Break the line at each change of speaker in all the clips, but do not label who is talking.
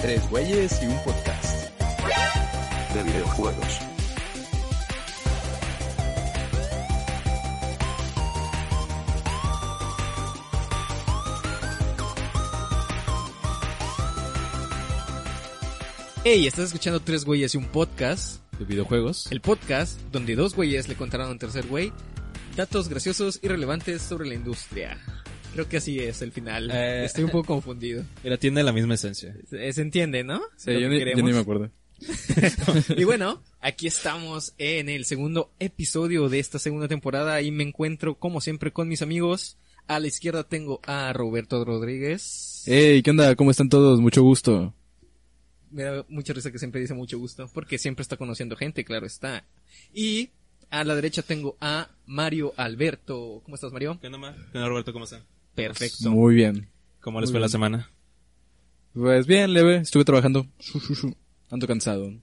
Tres güeyes y un podcast.
de videojuegos.
Hey, estás escuchando Tres Güeyes y un podcast.
de videojuegos.
El podcast donde dos güeyes le contaron a un tercer güey datos graciosos y relevantes sobre la industria. Creo que así es el final.
Eh.
Estoy un poco confundido.
Era tiene la misma esencia.
Se se entiende, ¿no? Lo
yo
que
ni- yo
queremos.
ni me acuerdo.
Y bueno, aquí estamos en el segundo episodio de esta segunda temporada y me encuentro como siempre con mis amigos. A la izquierda tengo a Roberto Rodríguez.
Hey, ¿qué onda? ¿Cómo están todos? Mucho gusto.
Me da mucha risa que siempre dice mucho gusto, porque siempre está conociendo gente, claro está. Y a la derecha tengo a Mario Alberto. ¿Cómo estás, Mario?
¿Qué onda, ma? ¿Qué onda, Roberto? ¿Cómo están?
Perfecto.
Muy bien.
¿Cómo les fue la semana?
Pues bien, leve, estuve trabajando. Su, su, su. Ando cansado.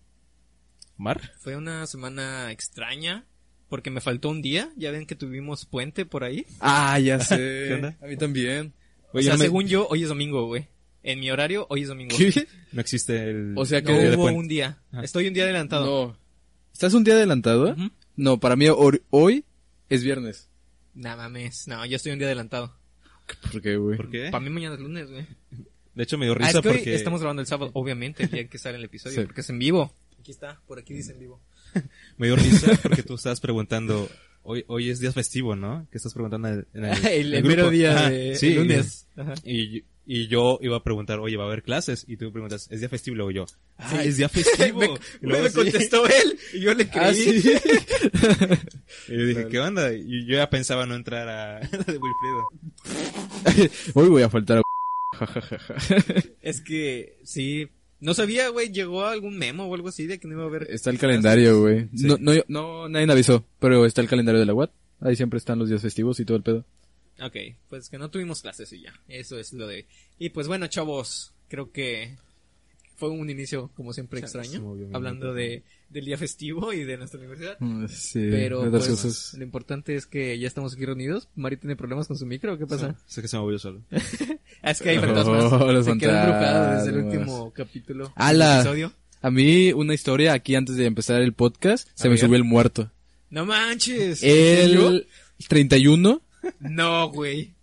¿Mar?
Fue una semana extraña, porque me faltó un día. Ya ven que tuvimos puente por ahí.
Ah, ya sé.
¿Qué onda?
A mí también.
O sea, según yo, hoy es domingo, güey. En mi horario, hoy es domingo.
No existe el...
O sea
No
que
el día de
hubo
puente. Ah.
un día.
Ajá.
Estoy un día adelantado.
No. ¿Estás un día adelantado?
Ujú.
No, para mí hor- hoy es viernes.
Nah, mames. No, yo estoy un día adelantado.
¿Por qué, güey?
¿Por qué?
Para mí mañana es lunes, güey.
De hecho, me dio
Ah,
risa
es que hoy
¿Eh? porque...
estamos grabando el sábado, obviamente, el día que sale el episodio,
Sí.
porque es en vivo. Aquí está, por aquí dice en vivo.
Me dio risa porque tú estabas preguntando... Hoy, hoy es día festivo, ¿no? Que estás preguntando en el, en el-
el
el
mero
grupo.
día
Ajá,
de
sí,
el lunes. Ajá.
Y, y yo iba a preguntar, oye, ¿va a haber clases? Y tú preguntas, ¿es día festivo? Y luego yo, ah,
Sí.
es día festivo.
Me,
Y luego
me
sí.
contestó él y yo le creí.
Ah, sí.
Y yo dije, ¿qué onda? Y yo ya pensaba no entrar a la de Wilfredo.
Hoy voy a faltar a... Ja, ja, ja, ja.
Es que sí, no sabía, güey, llegó algún memo o algo así de que no iba a haber.
Está el calendario, güey.
Sí.
No, no, yo- no, nadie me avisó, pero está el calendario de la UAT. Ahí siempre están los días festivos y todo el pedo.
Ok, pues que no tuvimos clases y ya. Eso es lo de. Y pues bueno, chavos, creo que fue un inicio como siempre
se
extraño,
movió mi
hablando de del día festivo y de nuestra universidad.
Mm, Sí,
Pero
otras
pues,
cosas.
lo importante es que ya estamos aquí reunidos. Mari tiene problemas con su micro, ¿o ¿qué pasa?
Sé que se me movió solo.
Ah, es que hay
Oh,
fantasmas.
los
Se quedó embrujado desde el
fantasmas.
último capítulo.
¡Hala!
del episodio.
A mí, una historia aquí antes de empezar el podcast, se
A
me
ver.
subió el muerto.
No manches. ¿En serio?
El 31.
No, güey.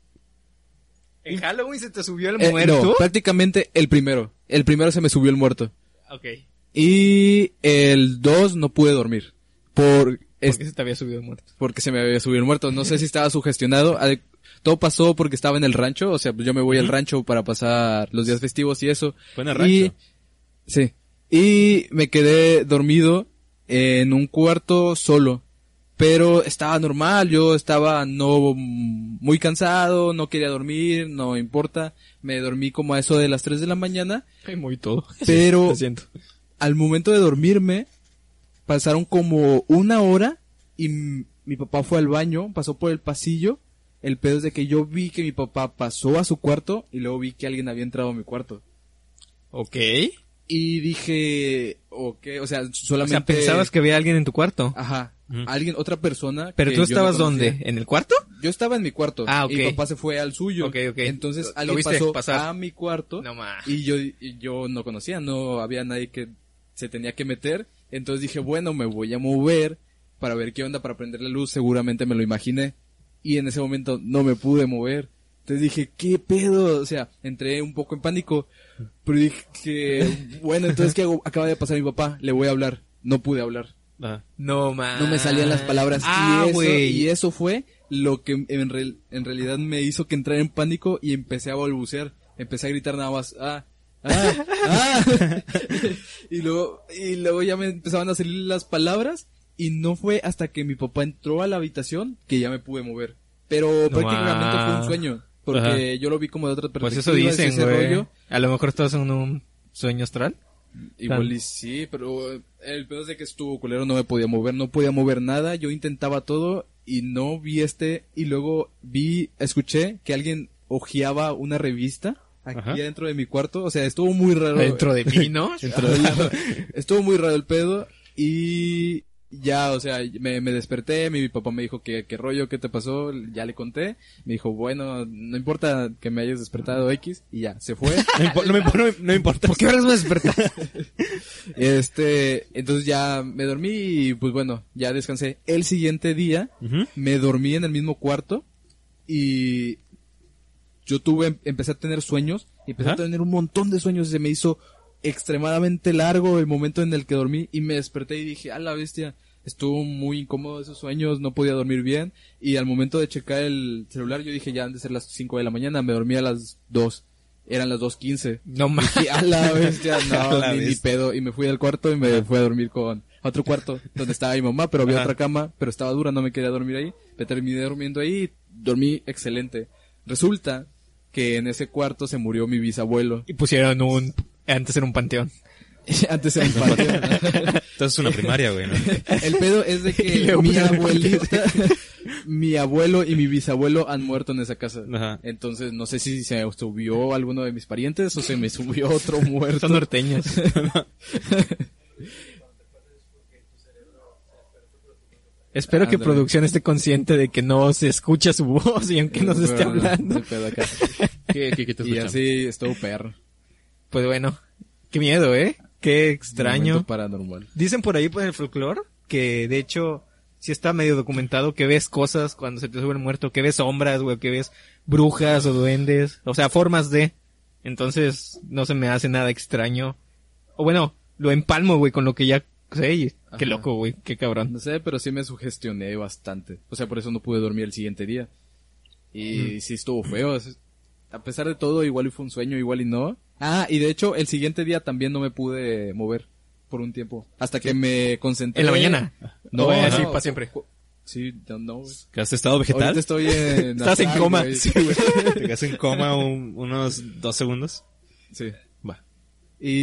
En Halloween se te subió el
eh,
muerto.
no, prácticamente el primero. El primero se me subió el muerto.
Ok.
Y el 2 no pude dormir. Por, es-
Porque se te había subido el muerto.
porque se me había subido el muerto. No sé si estaba sugestionado. Al- Todo pasó porque estaba en el rancho. O sea, pues yo me voy al rancho para pasar los días festivos y eso.
Fue en el
Y-
rancho.
Sí. Y me quedé dormido en un cuarto solo. Pero estaba normal, yo estaba no muy cansado, no quería dormir, no importa. Me dormí como a eso de las 3 de la mañana.
Ay, moví todo.
Pero-
Lo siento.
Al momento de dormirme, pasaron como una hora y m- mi papá fue al baño, pasó por el pasillo. El pedo es de que yo vi que mi papá pasó a su cuarto y luego vi que alguien había entrado a mi cuarto.
Ok.
Y dije, ok, o sea,
O
solamente...
sea, pensabas que había alguien en tu cuarto.
Ajá.
Ujú.
Alguien, otra persona. Ah,
Pero
que
tú
yo no
estabas
conocía.
dónde? ¿En el cuarto?
Yo estaba en mi cuarto.
Ah, ok.
Y mi papá se fue al suyo.
Ok, ok.
Entonces
Lo- lo
alguien
viste
pasó
pasar.
a mi cuarto.
No más.
y yo, y yo no conocía, no había nadie que se tenía que meter. Entonces dije, bueno, me voy a mover para ver qué onda, para prender la luz. Seguramente me lo imaginé. Y en ese momento no me pude mover. Entonces dije, ¿qué pedo? O sea, entré un poco en pánico. Pero dije, bueno, entonces, ¿qué hago? Acaba de pasar mi papá, le voy a hablar. No pude hablar.
Ah.
Ajá.
No más.
No me salían las palabras.
Ah,
y, eso,
güey.
y eso fue lo que en, real- en realidad me hizo que entrara en pánico y empecé a balbucear. Empecé a gritar nada más. Ah, ah, ah. y, luego, y luego ya me empezaban a salir las palabras. Y no fue hasta que mi papá entró a la habitación que ya me pude mover. Pero prácticamente
ma.
fue un sueño. Porque
Ajá.
yo lo vi como de otra
Pues
perspectiva.
eso dicen,
ese
güey.
rollo.
A lo mejor estás en un sueño astral.
Igual
Tan-
y sí, pero eh, el pedo es de que estuvo culero, no me podía mover, no podía mover nada, yo intentaba todo y no vi este, y luego vi, escuché que alguien hojeaba una revista aquí
Ajá.
adentro de mi cuarto, o sea, estuvo muy raro. eh,
Dentro de mí, ¿no?
Estuvo muy raro el pedo y ya, o sea, me, me desperté, mi papá me dijo que qué rollo, qué te pasó, ya le conté, me dijo, bueno, no importa que me hayas despertado X, y ya, se fue.
No, impo- no me, impo- no me- no me importa.
¿Por qué horas me despertado?
este, entonces ya me dormí y pues bueno, ya descansé. El siguiente día
Ujú.
me dormí en el mismo cuarto y yo tuve, empecé a tener sueños, y empecé a
Ajá.
tener un montón de sueños, se me hizo extremadamente largo el momento en el que dormí y me desperté y dije, a la bestia, estuvo muy incómodo esos sueños, no podía dormir bien y al momento de checar el celular yo dije, ya han de ser las 5 de la mañana, me dormí a las 2, eran las 2.15.
No mames.
Y a la bestia,
A
no,
la
ni, ni
bestia.
pedo. Y me fui del cuarto y me fui a dormir con a otro cuarto donde estaba mi mamá, pero había
Ajá.
otra cama, pero estaba dura, no me quería dormir ahí. Me terminé durmiendo ahí y dormí excelente. Resulta que en ese cuarto se murió mi bisabuelo.
Y pusieron un... Antes era un panteón.
Antes era un patio.
Entonces es una primaria, güey, ¿no?
El pedo es de
Y
que
luego
mi
pusieron un
abuelita, mi abuelo y mi bisabuelo han muerto en esa casa.
Ajá.
Entonces no sé si se subió alguno de mis parientes o se me subió otro muerto.
Son norteños. Espero que
Ándale.
producción esté consciente de que no se escucha su voz y aunque no se esté
Bueno, no,
hablando.
el pedo acá.
¿Qué, qué, qué te
Y
escuchan?
así estuvo perro.
Pues bueno, qué miedo, ¿eh? Qué extraño.
Momento paranormal.
Dicen por ahí por el folclore que de hecho sí está medio documentado que ves cosas cuando se te sube el muerto, que ves sombras, güey, que ves brujas o duendes, o sea, formas de. Entonces no se me hace nada extraño. O bueno, lo empalmo, güey, con lo que ya sé. y
Ajá.
Qué loco, güey, qué cabrón.
No sé, pero sí me sugestioné bastante. O sea, por eso no pude dormir el siguiente día. Y sí estuvo feo. Es- A pesar de todo, igual y fue un sueño, igual y no. Ah, y de hecho, el siguiente día también no me pude mover por un tiempo. Hasta que me concentré.
¿En la mañana?
Eh,
Oh,
No,
¿O así
no.
para siempre.
Sí, no, no. güey.
¿Que has estado
Ahorita
vegetal?
estoy en...
Estás en
astral,
coma.
güey.
Sí,
¿Te quedas en coma un- unos dos segundos?
Sí.
Va.
Y...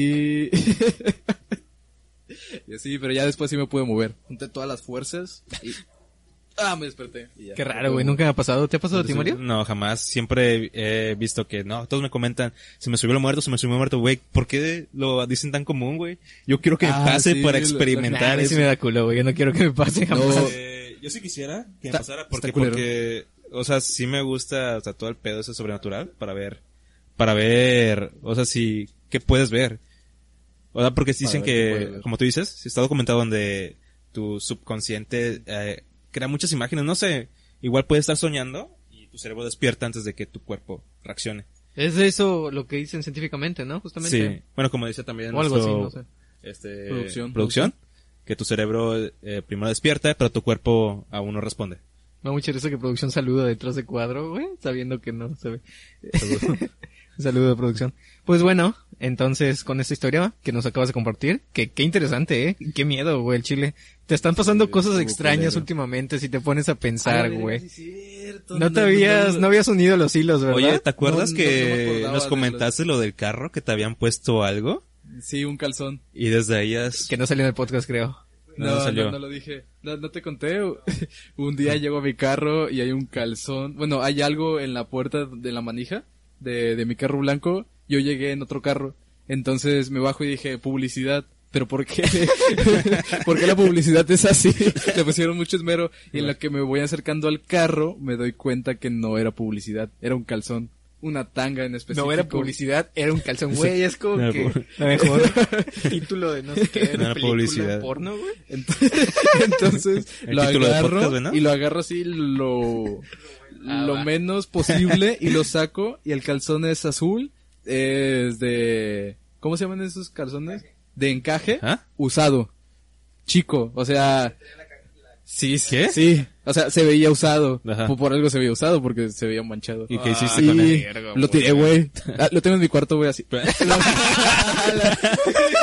y así, pero ya después sí me pude mover. Junté todas las fuerzas y... Ah, me desperté. Y ya.
Qué raro, güey, nunca me ha pasado. ¿Te ha pasado a ti, Mario?
No, jamás. Siempre he visto que, no, todos me comentan, se me subió lo muerto, se me subió lo muerto, güey. ¿Por qué lo dicen tan común, güey? Yo quiero que me
Ah,
pase
sí,
para
lo-
Nah, a
experimentar
mí sí
eso.
me da culo, güey, yo no quiero que me pase
No.
jamás.
Eh, yo sí quisiera que
Está-
me pasara porque,
está culero.
porque, o sea, sí me gusta, o sea, todo el pedo ese sobrenatural para ver, para ver, o sea, si, qué puedes ver. O sea, porque dicen
ver qué puedes
que,
ver.
como tú dices, sí está documentado donde tu subconsciente eh, crea muchas imágenes, no sé, igual puedes estar soñando y tu cerebro despierta antes de que tu cuerpo reaccione.
Es eso lo que dicen científicamente, ¿no? Justamente.
Sí, bueno, como dice también
O algo así,
nuestro-
no sé.
este,
Producción,
producción, que tu cerebro eh, primero despierta, pero tu cuerpo aún no responde.
Me da mucha risa que producción saluda detrás de cuadro, güey, sabiendo que no se ve. Un saludo de producción. Pues bueno, entonces con esta historia que nos acabas de compartir, que qué interesante, ¿eh? Qué miedo, güey, el chile. Te están pasando
Sí,
cosas
estuvo
extrañas
culero.
últimamente si te pones a pensar, güey.
No,
No te habías, no habías unido los hilos, ¿verdad?
Oye, ¿te acuerdas
No, no, no me
que
acordaba
nos
de
comentaste lo del carro que te habían puesto algo?
Sí, un calzón.
Y desde ahí has...
que no salió en el podcast, creo.
No,
No, no
no,
salió.
no, lo dije. No, no te conté. un día llego a mi carro y hay un calzón. Bueno, hay algo en la puerta de la manija de, de mi carro blanco. Yo llegué en otro carro. Entonces me bajo y dije, publicidad. Pero ¿por qué? ¿Por qué la publicidad es así? Le pusieron mucho esmero. Y en lo que me voy acercando al carro, me doy cuenta que no era publicidad. Era un calzón. Una tanga en específico.
No era publicidad, era un calzón, güey. Es como
No era
que
pub-
a lo mejor título de no sé qué, de
No era
película
publicidad.
porno, güey.
Ent- Entonces
El
lo
título del
agarro
podcast, ¿verdad?
y lo agarro así lo
Ah,
lo
va.
menos posible y lo saco y el calzón es azul es de ¿cómo se llaman esos calzones? De encaje
¿Ah?
usado chico o sea sí sí,
¿Qué?
sí o sea se veía usado
Ajá.
por, por algo se veía usado porque se veía manchado Ah,
¿Y qué hiciste
Sí,
con él?
Ah, verga,
lo tiré güey Ah, lo tengo en mi cuarto güey así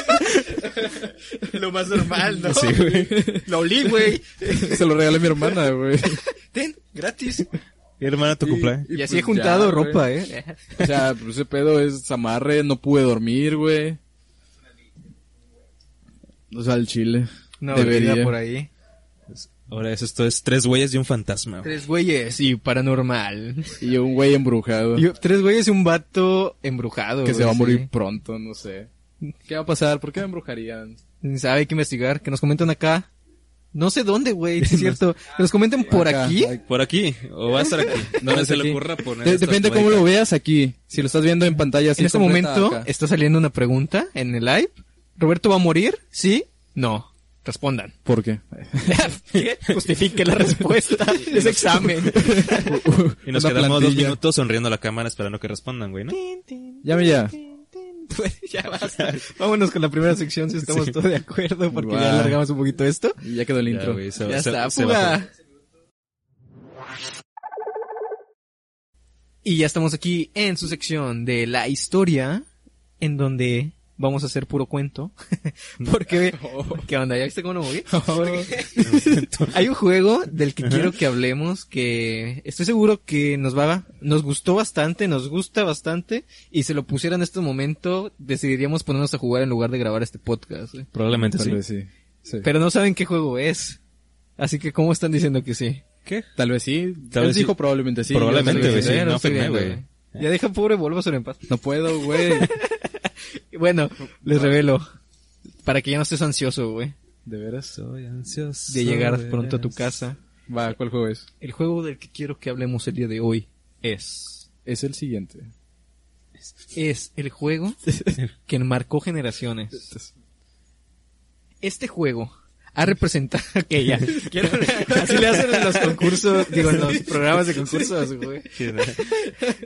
Lo más normal, ¿no?
Sí, güey.
Lo olí, güey.
se lo regalé a mi hermana güey
Ten, gratis.
Mi hermana, tu
Y-
cumpleaños.
Y,
Y
así he
pues
juntado
ya,
ropa, eh.
O sea, pues, ese pedo es amarre, no pude dormir, güey. O sea, al chile.
Una
Debería.
bebida por ahí.
Ahora es esto es tres huellas de un fantasma. güey.
Tres güeyes y paranormal.
Y un güey embrujado.
Y tres güeyes y un vato embrujado.
que se
güey,
va a morir
sí.
pronto, no sé. ¿Qué va a pasar? ¿Por qué me embrujarían?
Quién Sabe, hay que investigar. Que nos comentan acá No sé dónde, güey, sí es cierto. Que nos comenten por
Acá,
aquí.
ay,
Por aquí, o va a estar aquí.
no,
Donde
es
se le
aquí.
ocurra poner.
De-
esta
depende cómo
temática.
lo veas aquí. Si lo estás viendo en pantalla así
en este
completa,
momento
acá.
está saliendo una pregunta en el live. ¿Roberto va a morir? ¿Sí? No. Respondan.
¿Por qué?
¿Qué? Justifique la respuesta. es examen.
Y nos
Una
quedamos dos
plantilla.
minutos sonriendo a la cámara esperando que respondan, güey, ¿no?
Llame ya.
Pues, ya basta. Vámonos con la primera sección si estamos todos de acuerdo porque
Guau.
ya alargamos un poquito esto.
Y ya quedó el intro.
güey, se-
ya
se-
está,
se
fuga.
bajó.
Y ya estamos aquí en su sección de la historia, en donde vamos a hacer puro cuento. Porque, ¿qué onda? ¿Ya viste cómo no moví? Hay un juego del que quiero que hablemos, que estoy seguro que nos va, nos gustó bastante, nos gusta bastante, y si lo pusiera en este momento, decidiríamos ponernos a jugar en lugar de grabar este podcast. ¿eh?
Probablemente
Tal
sí.
vez sí. Sí.
Pero no saben qué juego es. Así que, ¿cómo están diciendo que sí?
¿Qué?
Tal vez sí.
Tal
Él
vez sí.
dijo probablemente sí.
Probablemente,
Yo
güey,
sé que
sí,
sí.
no
estoy
ofendé,
viendo,
güey.
güey. Ya deja pobre Bulbasaur en paz.
No puedo, güey.
Bueno, les revelo. Para que ya no estés ansioso, güey.
De veras.
Soy ansioso.
De llegar pronto a tu casa.
Va, ¿cuál juego es?
El juego del que quiero que hablemos el día de hoy es...
Es el siguiente.
Es el juego que marcó generaciones. Este juego ha representado... que ya. Quiero- Así le hacen en los concursos, digo, en los programas de concursos, güey.
Creo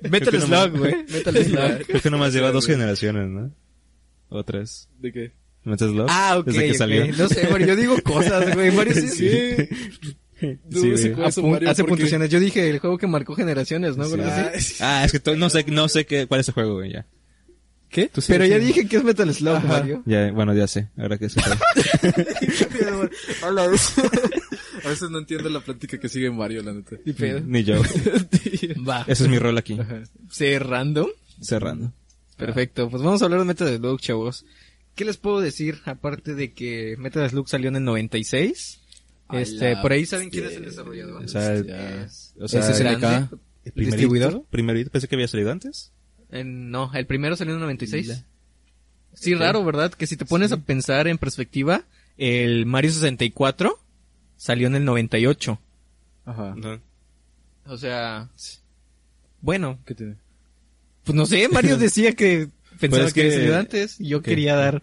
que
Metal
no
Slug,
me-
güey. Metal Slug.
Creo que nomás lleva dos generaciones, ¿no? O tres.
¿De qué?
¿Metal Slug?
Ah, ok.
Desde que
ok.
salió.
No sé, Mario, yo digo cosas, güey. Mario sí, sí.
Sí,
güey.
sí,
Apun- hace puntuaciones. Yo dije el juego que marcó generaciones, ¿no? Creo que sí.
Ah, es que to- no sé, no sé qué, cuál es el juego, güey, ya.
¿Qué?
Tú sí
Pero
lo
ya
tienes.
dije que es Metal Slug, Mario.
Ya, bueno, ya sé. Ahora que se sabe.
A veces no entiendo la plática que sigue Mario, la neta.
Y pedo.
Ni yo.
Va.
Ese es mi rol aquí.
Cerrando.
Cerrando.
Perfecto. Pues vamos a hablar de Metal Slug, chavos. ¿Qué les puedo decir? Aparte de que Metal Slug salió en el 96.
A
Este,
la
por ahí saben quién es el desarrollador.
O sea,
Ya.
o sea,
Ese es el
el
grande.
acá.
primerito-
distribuidor.
Primerito, pensé que había salido antes.
Eh, no, el primero salió en el 96.
La-
Sí, raro, ¿verdad? Que si te pones a pensar en perspectiva, el Mario 64 salió en el 98.
Ajá.
No.
O sea, bueno,
¿Qué tiene?
pues no sé, Mario decía que pensaba
es
que, había
que-
salido antes. Yo
que-
quería dar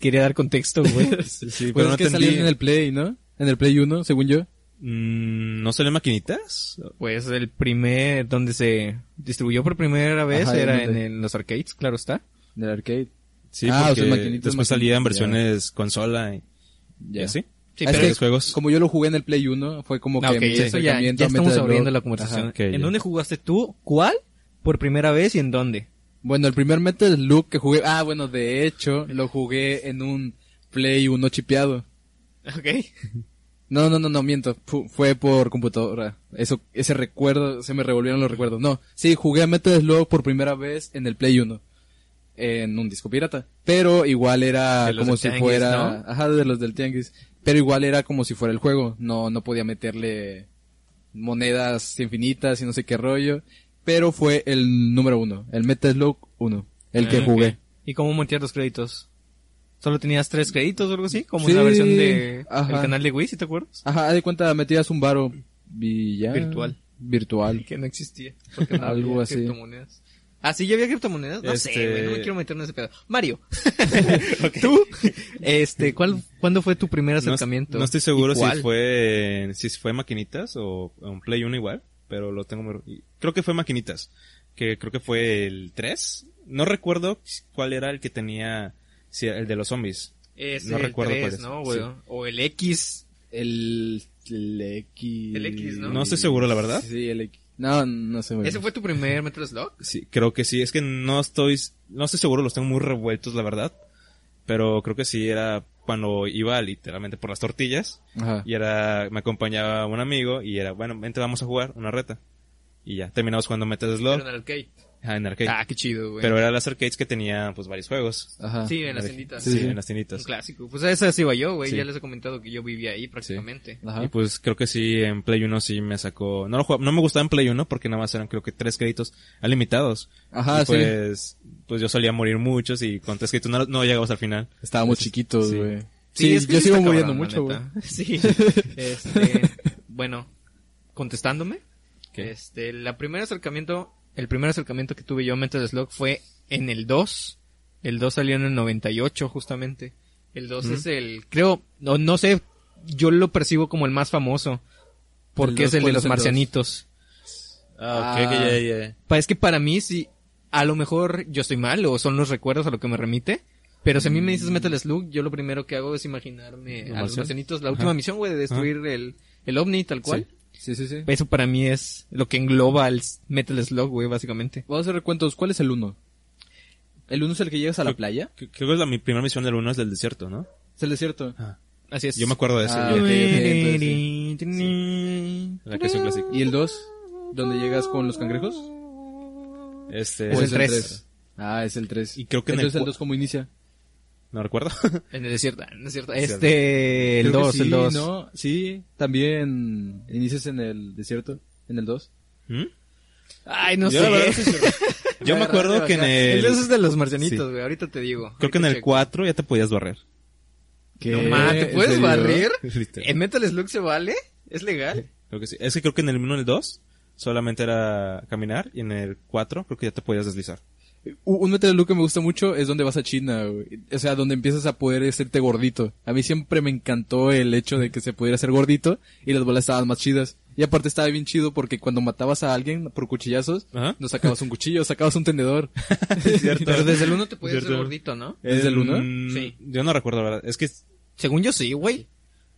quería dar contexto, güey.
Sí,
Pues
pero no
es que
entendí.
salieron en el Play, ¿no? En el Play 1, según yo.
Mm, ¿No salió en maquinitas?
Ah,
pues el primer donde se distribuyó por primera vez
Ajá,
era
¿en
en,
dónde?
en los arcades, claro está.
En el arcade.
Sí,
Ah, o
porque
sea, maquinitas,
después
maquinitas.
salían
Ya.
versiones consola y, y
Ya.
así.
Sí,
Ah, es
pero
que
los juegos.
Como yo lo jugué en el Play 1, fue como que
Ah, ok,
mi
eso ya,
acercamiento
ya
a
estamos
Metal
abriendo
Slug.
la conversación.
Ajá.
ok,
¿En
ya.
dónde jugaste tú? ¿Cuál? Por primera vez y en dónde?
Bueno, el primer Metal Slug que jugué, ah, bueno, de hecho, lo jugué en un Play 1 chipeado.
Ok.
No, no, no, no, miento. Fu- Fue por computadora. Eso, ese recuerdo, se me revolvieron los recuerdos. No, sí, jugué a Metal Slug por primera vez en el Play 1. En un disco pirata. Pero igual era
De los
como
del
si
tianguis,
fuera... Ajá, de los del Tianguis. Pero igual era como si fuera el juego. No, no podía meterle monedas infinitas y no sé qué rollo. Pero fue el número uno. El Metal Slug 1. El que
Ah, ok.
jugué.
¿Y cómo montear los créditos? ¿Solo tenías tres créditos o algo así? Como
Sí,
una versión de
ajá.
el canal de Wii, si te acuerdas.
Ajá, haz de cuenta, metías un varo. y ya.
Virtual.
Virtual.
Que no existía. Porque
no Algo había así.
criptomonedas. Ah, sí, ya había criptomonedas. No sé,
Este-
güey, no me quiero meter en ese pedo. Mario, tú, este, ¿cuál, ¿cuándo fue tu primer
No,
acercamiento?
no estoy
¿Y
seguro si
cuál?
fue si fue maquinitas o un Play 1 igual, pero lo tengo muy- creo que fue maquinitas, que creo que fue el 3. No recuerdo cuál era el que tenía si era el de los zombies.
Es
no
el
recuerdo cuál
3,
es.
¿no, güey? O el X.
El, el X.
El X, ¿no?
No estoy seguro, la verdad.
Sí, el X. No, no sé. güey.
¿Ese fue tu primer Metal Slug?
Sí, creo que sí, es que no estoy no estoy seguro, los tengo muy revueltos la verdad, pero creo que sí era cuando iba literalmente por las tortillas
Ajá.
y era me acompañaba un amigo y era, bueno, vente vamos a jugar una reta. Y ya, terminamos cuando metes
Pero en
slot
el arcade.
en arcade.
Ah, qué chido, güey.
Pero eran las arcades que tenía pues varios juegos.
Ajá.
Sí, en las tienditas.
Sí,
sí.
en las tienditas.
Un clásico. Pues a esa sí iba yo, güey.
Sí.
Ya les he comentado que yo vivía ahí prácticamente.
Ajá.
Y pues creo que sí, en Play 1 sí me sacó... No, lo jugaba- no me gustaba en Play 1 porque nada más eran creo que tres créditos ah, limitados.
Ajá,
Y pues, pues yo solía morir muchos y con tres créditos no, no llegabas al final.
Estábamos
Entonces,
chiquitos,
sí.
güey. Sí,
es que
yo sigo
está
muriendo
la
mucho, güey.
neta. Sí. Este, bueno, contestándome.
¿Qué?
Este, la primer acercamiento, el primer acercamiento que tuve yo a Metal Slug fue en el 2. El 2 salió en el 98 justamente. El 2 es el, creo, no, no sé, yo lo percibo como el más famoso. Porque
El
es
2,
el de
¿cuál es
los
el 2?
marcianitos.
Ah, ok,
Ah.
que ya, ya, ya.
Pa- Es que para mí, sí, a lo mejor yo estoy mal o son los recuerdos a lo que me remite. Pero si a mí me
Mm.
dices Metal Slug, yo lo primero que hago es imaginarme a
¿Los
los
marcianos?
marcianitos la
Ajá.
última misión, güey, de destruir el, el ovni, tal cual.
Sí, sí, sí.
Eso para mí es lo que engloba al s- Metal Slug, güey, básicamente.
Vamos a hacer recuentos. ¿Cuál es el uno? ¿El uno es el que llegas a la playa?
Creo creo que es la, mi primera misión del uno es del desierto, ¿no?
Es el desierto.
Ah,
Así es.
yo me acuerdo de ese.
Ah,
yo-
ok. entonces
La canción clásica.
¿Y el dos? ¿Donde llegas con los cangrejos?
Este,
O
¿O
el tres.
tres? Ah, es el 3.
Y creo que en
Entonces
el
el
cua-
2 como inicia.
no recuerdo.
En el desierto, ah, no es cierto. Este, el
Creo que
2, el
sí,
2.
¿no? Sí, también inicias en el desierto, en el 2.
¿Mm?
Ay, no
yo, la verdad, no
sé.
sé si- yo me acuerdo que en el...
El 2 es de los marcianitos,
Sí.
güey, ahorita te digo.
Creo que en
Ahorita
el
checo.
4 ya te podías barrer.
No ma, ¿te
¿En
puedes
serio?
barrer?
Literal.
¿En Metal Slug se vale? ¿Es legal?
Creo que sí. Es que creo que en el 1 y el 2 solamente era caminar y en el 4 creo que ya te podías deslizar.
Un Metal Slug que me gusta mucho es donde vas a China, güey. O sea, donde empiezas a poder hacerte gordito. A mí siempre me encantó el hecho de que se pudiera ser gordito y las bolas estaban más chidas. Y aparte estaba bien chido porque cuando matabas a alguien por cuchillazos,
Ajá.
no sacabas un cuchillo, sacabas un tenedor.
Es cierto.
Pero desde el 1 te podías
Cierto.
ser gordito, ¿no?
¿Desde el uno?
Mm,
Sí.
Yo no recuerdo, la ¿verdad? Es que
Según yo sí, güey.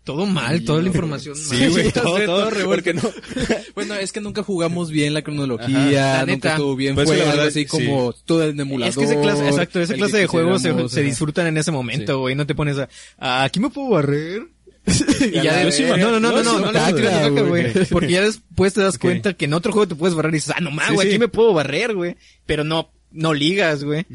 Todo mal, toda la información mal.
güey, todo, todo
porque no.
bueno, es que nunca jugamos bien la cronología,
Ajá. La
nunca
neta.
estuvo bien,
Pues
fue
que la
algo
verdad,
así
sí.
como todo el emulador.
Es que esa clase, exacto, esa
el
clase
que
de juegos se,
quisiéramos,
se
ajá.
disfrutan en ese momento, güey. No te pones a, "Ah, aquí me puedo barrer. y
A la
ya de-
verga.
no,
No,
no, no, no, no,
sí,
no, le metas
taca,
la taca,
güey.
güey. Porque ya después te das cuenta que en otro juego te puedes barrer y dices, ah, no más,
Sí,
güey,
sí.
aquí me puedo barrer, güey. Pero no, no ligas, güey.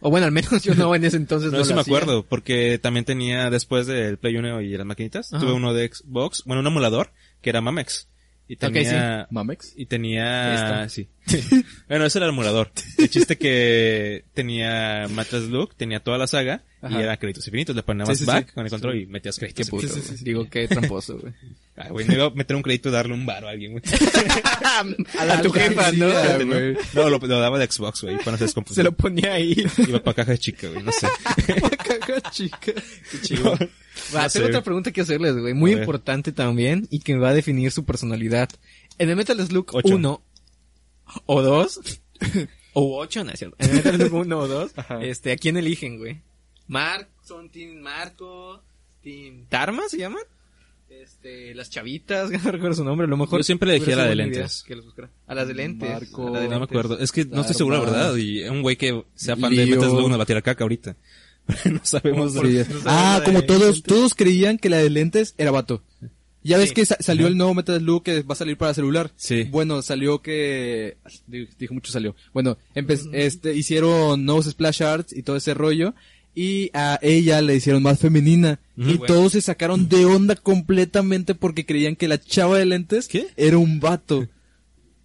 O bueno, al menos yo no en ese entonces.
No,
No,
eso
lo
me
hacía.
acuerdo, porque también tenía después del Play 1 y las maquinitas,
Ajá.
tuve uno de Xbox, bueno, un emulador, que era Mamex. Y
Ok,
tenía...
¿Mamex?
Y tenía...
Esta.
Sí. bueno, ese era el emulador. El chiste que tenía Matas Luke, tenía toda la saga,
Ajá.
y era créditos infinitos, le ponías
Sí, sí,
back
sí.
con el control y metías
Qué
créditos
puto,
infinitos.
güey. Digo, qué tramposo, güey.
Ay, güey, no iba a meter un crédito y darle un bar a alguien, güey.
a, tu jefa, ¿no?
alcancía, güey.
No, lo, lo daba de Xbox, güey, cuando se descompuso.
Se lo ponía ahí.
Iba para caja de chica, güey, no sé.
caja chica. Qué chido. Va, tengo
No sé.
otra pregunta que hacerles, güey. Muy
Ah, A ver.
importante también y que va a definir su personalidad. En el Metal Slug
Ocho.
1 o 2 o 8, no es cierto. En el Metal Slug 1 o 2,
Ajá.
este, ¿a quién eligen, güey? Mark, son Team Marco, Team Tarma se llaman. Este, las chavitas, no recuerdo su nombre, a lo mejor.
Yo siempre elegí a
hubiera
la
sido
de
buena idea
lentes.
que los buscara. A las de lentes.
Marco,
a la de
No me
lentes.
acuerdo. Es que no estoy seguro, la
Armas.
verdad. Y un güey que sea fan de
Lío.
Metal Slug nos va a tirar caca ahorita. no sabemos.
Sí, ya. ah, como todos, todos creían que la de lentes era vato. Ya ves
Sí.
que sa- salió el nuevo Metal Slug que va a salir para celular.
Sí.
Bueno, salió que di- dije mucho salió. Bueno, empe- este hicieron nuevos splash arts y todo ese rollo y a ella le hicieron más femenina y
bueno.
todos se sacaron de onda completamente porque creían que la chava de lentes
¿Qué?
era un vato.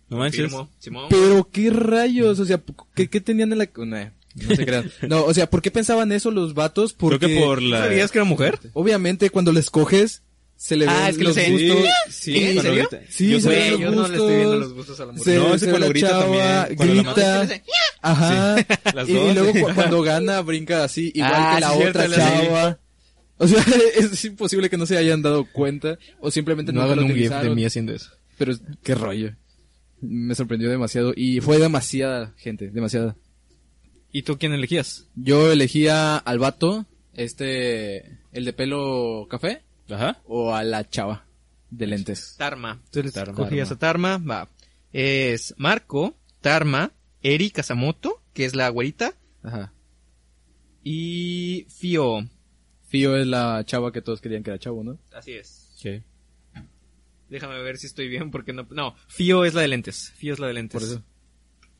No manches.
Firmo, Simón.
Pero qué rayos, o sea, ¿qué, qué tenían en la nah, no se crean. No, o sea, ¿por qué pensaban eso los vatos? Porque
Creo que por
¿No
la.
sabías que era mujer?
Obviamente, cuando la escoges, se le
Ah,
ven
es que
los
lo sé.
gustos.
Sí,
¿En
cuando
serio?
grita.
Sí,
Yo
se
sé-
ve
Güey, yo no le estoy viendo los gustos a la mujer.
Se,
No,
se
ese cuando
la
grita
chava,
también, cuando la
grita.
mata.
Ajá.
Las
y, y
dos.
luego cu- cuando gana, brinca así, igual
Ah,
que la
sí, cierto,
otra
la-
chava. O sea, es imposible que no se hayan dado cuenta o simplemente
No
nunca
hagan
lo
un GIF de
utilizaron.
mí haciendo eso.
Pero qué rollo. Me sorprendió demasiado y fue demasiada gente, demasiada.
¿Y tú quién elegías?
Yo elegía al vato, este, el de pelo café,
Ajá.
o a la chava de lentes.
Tarma. Tú les
Tarma.
escogías a Tarma, va. Es Marco, Tarma, Eri Kazamoto, que es la güerita,
Ajá.
y Fio.
Fío es la chava que todos creían que era chavo, ¿no?
Así es.
Sí.
Déjame ver si estoy bien, porque no... No, Fio es la de lentes. Fio es la de lentes.
Por eso.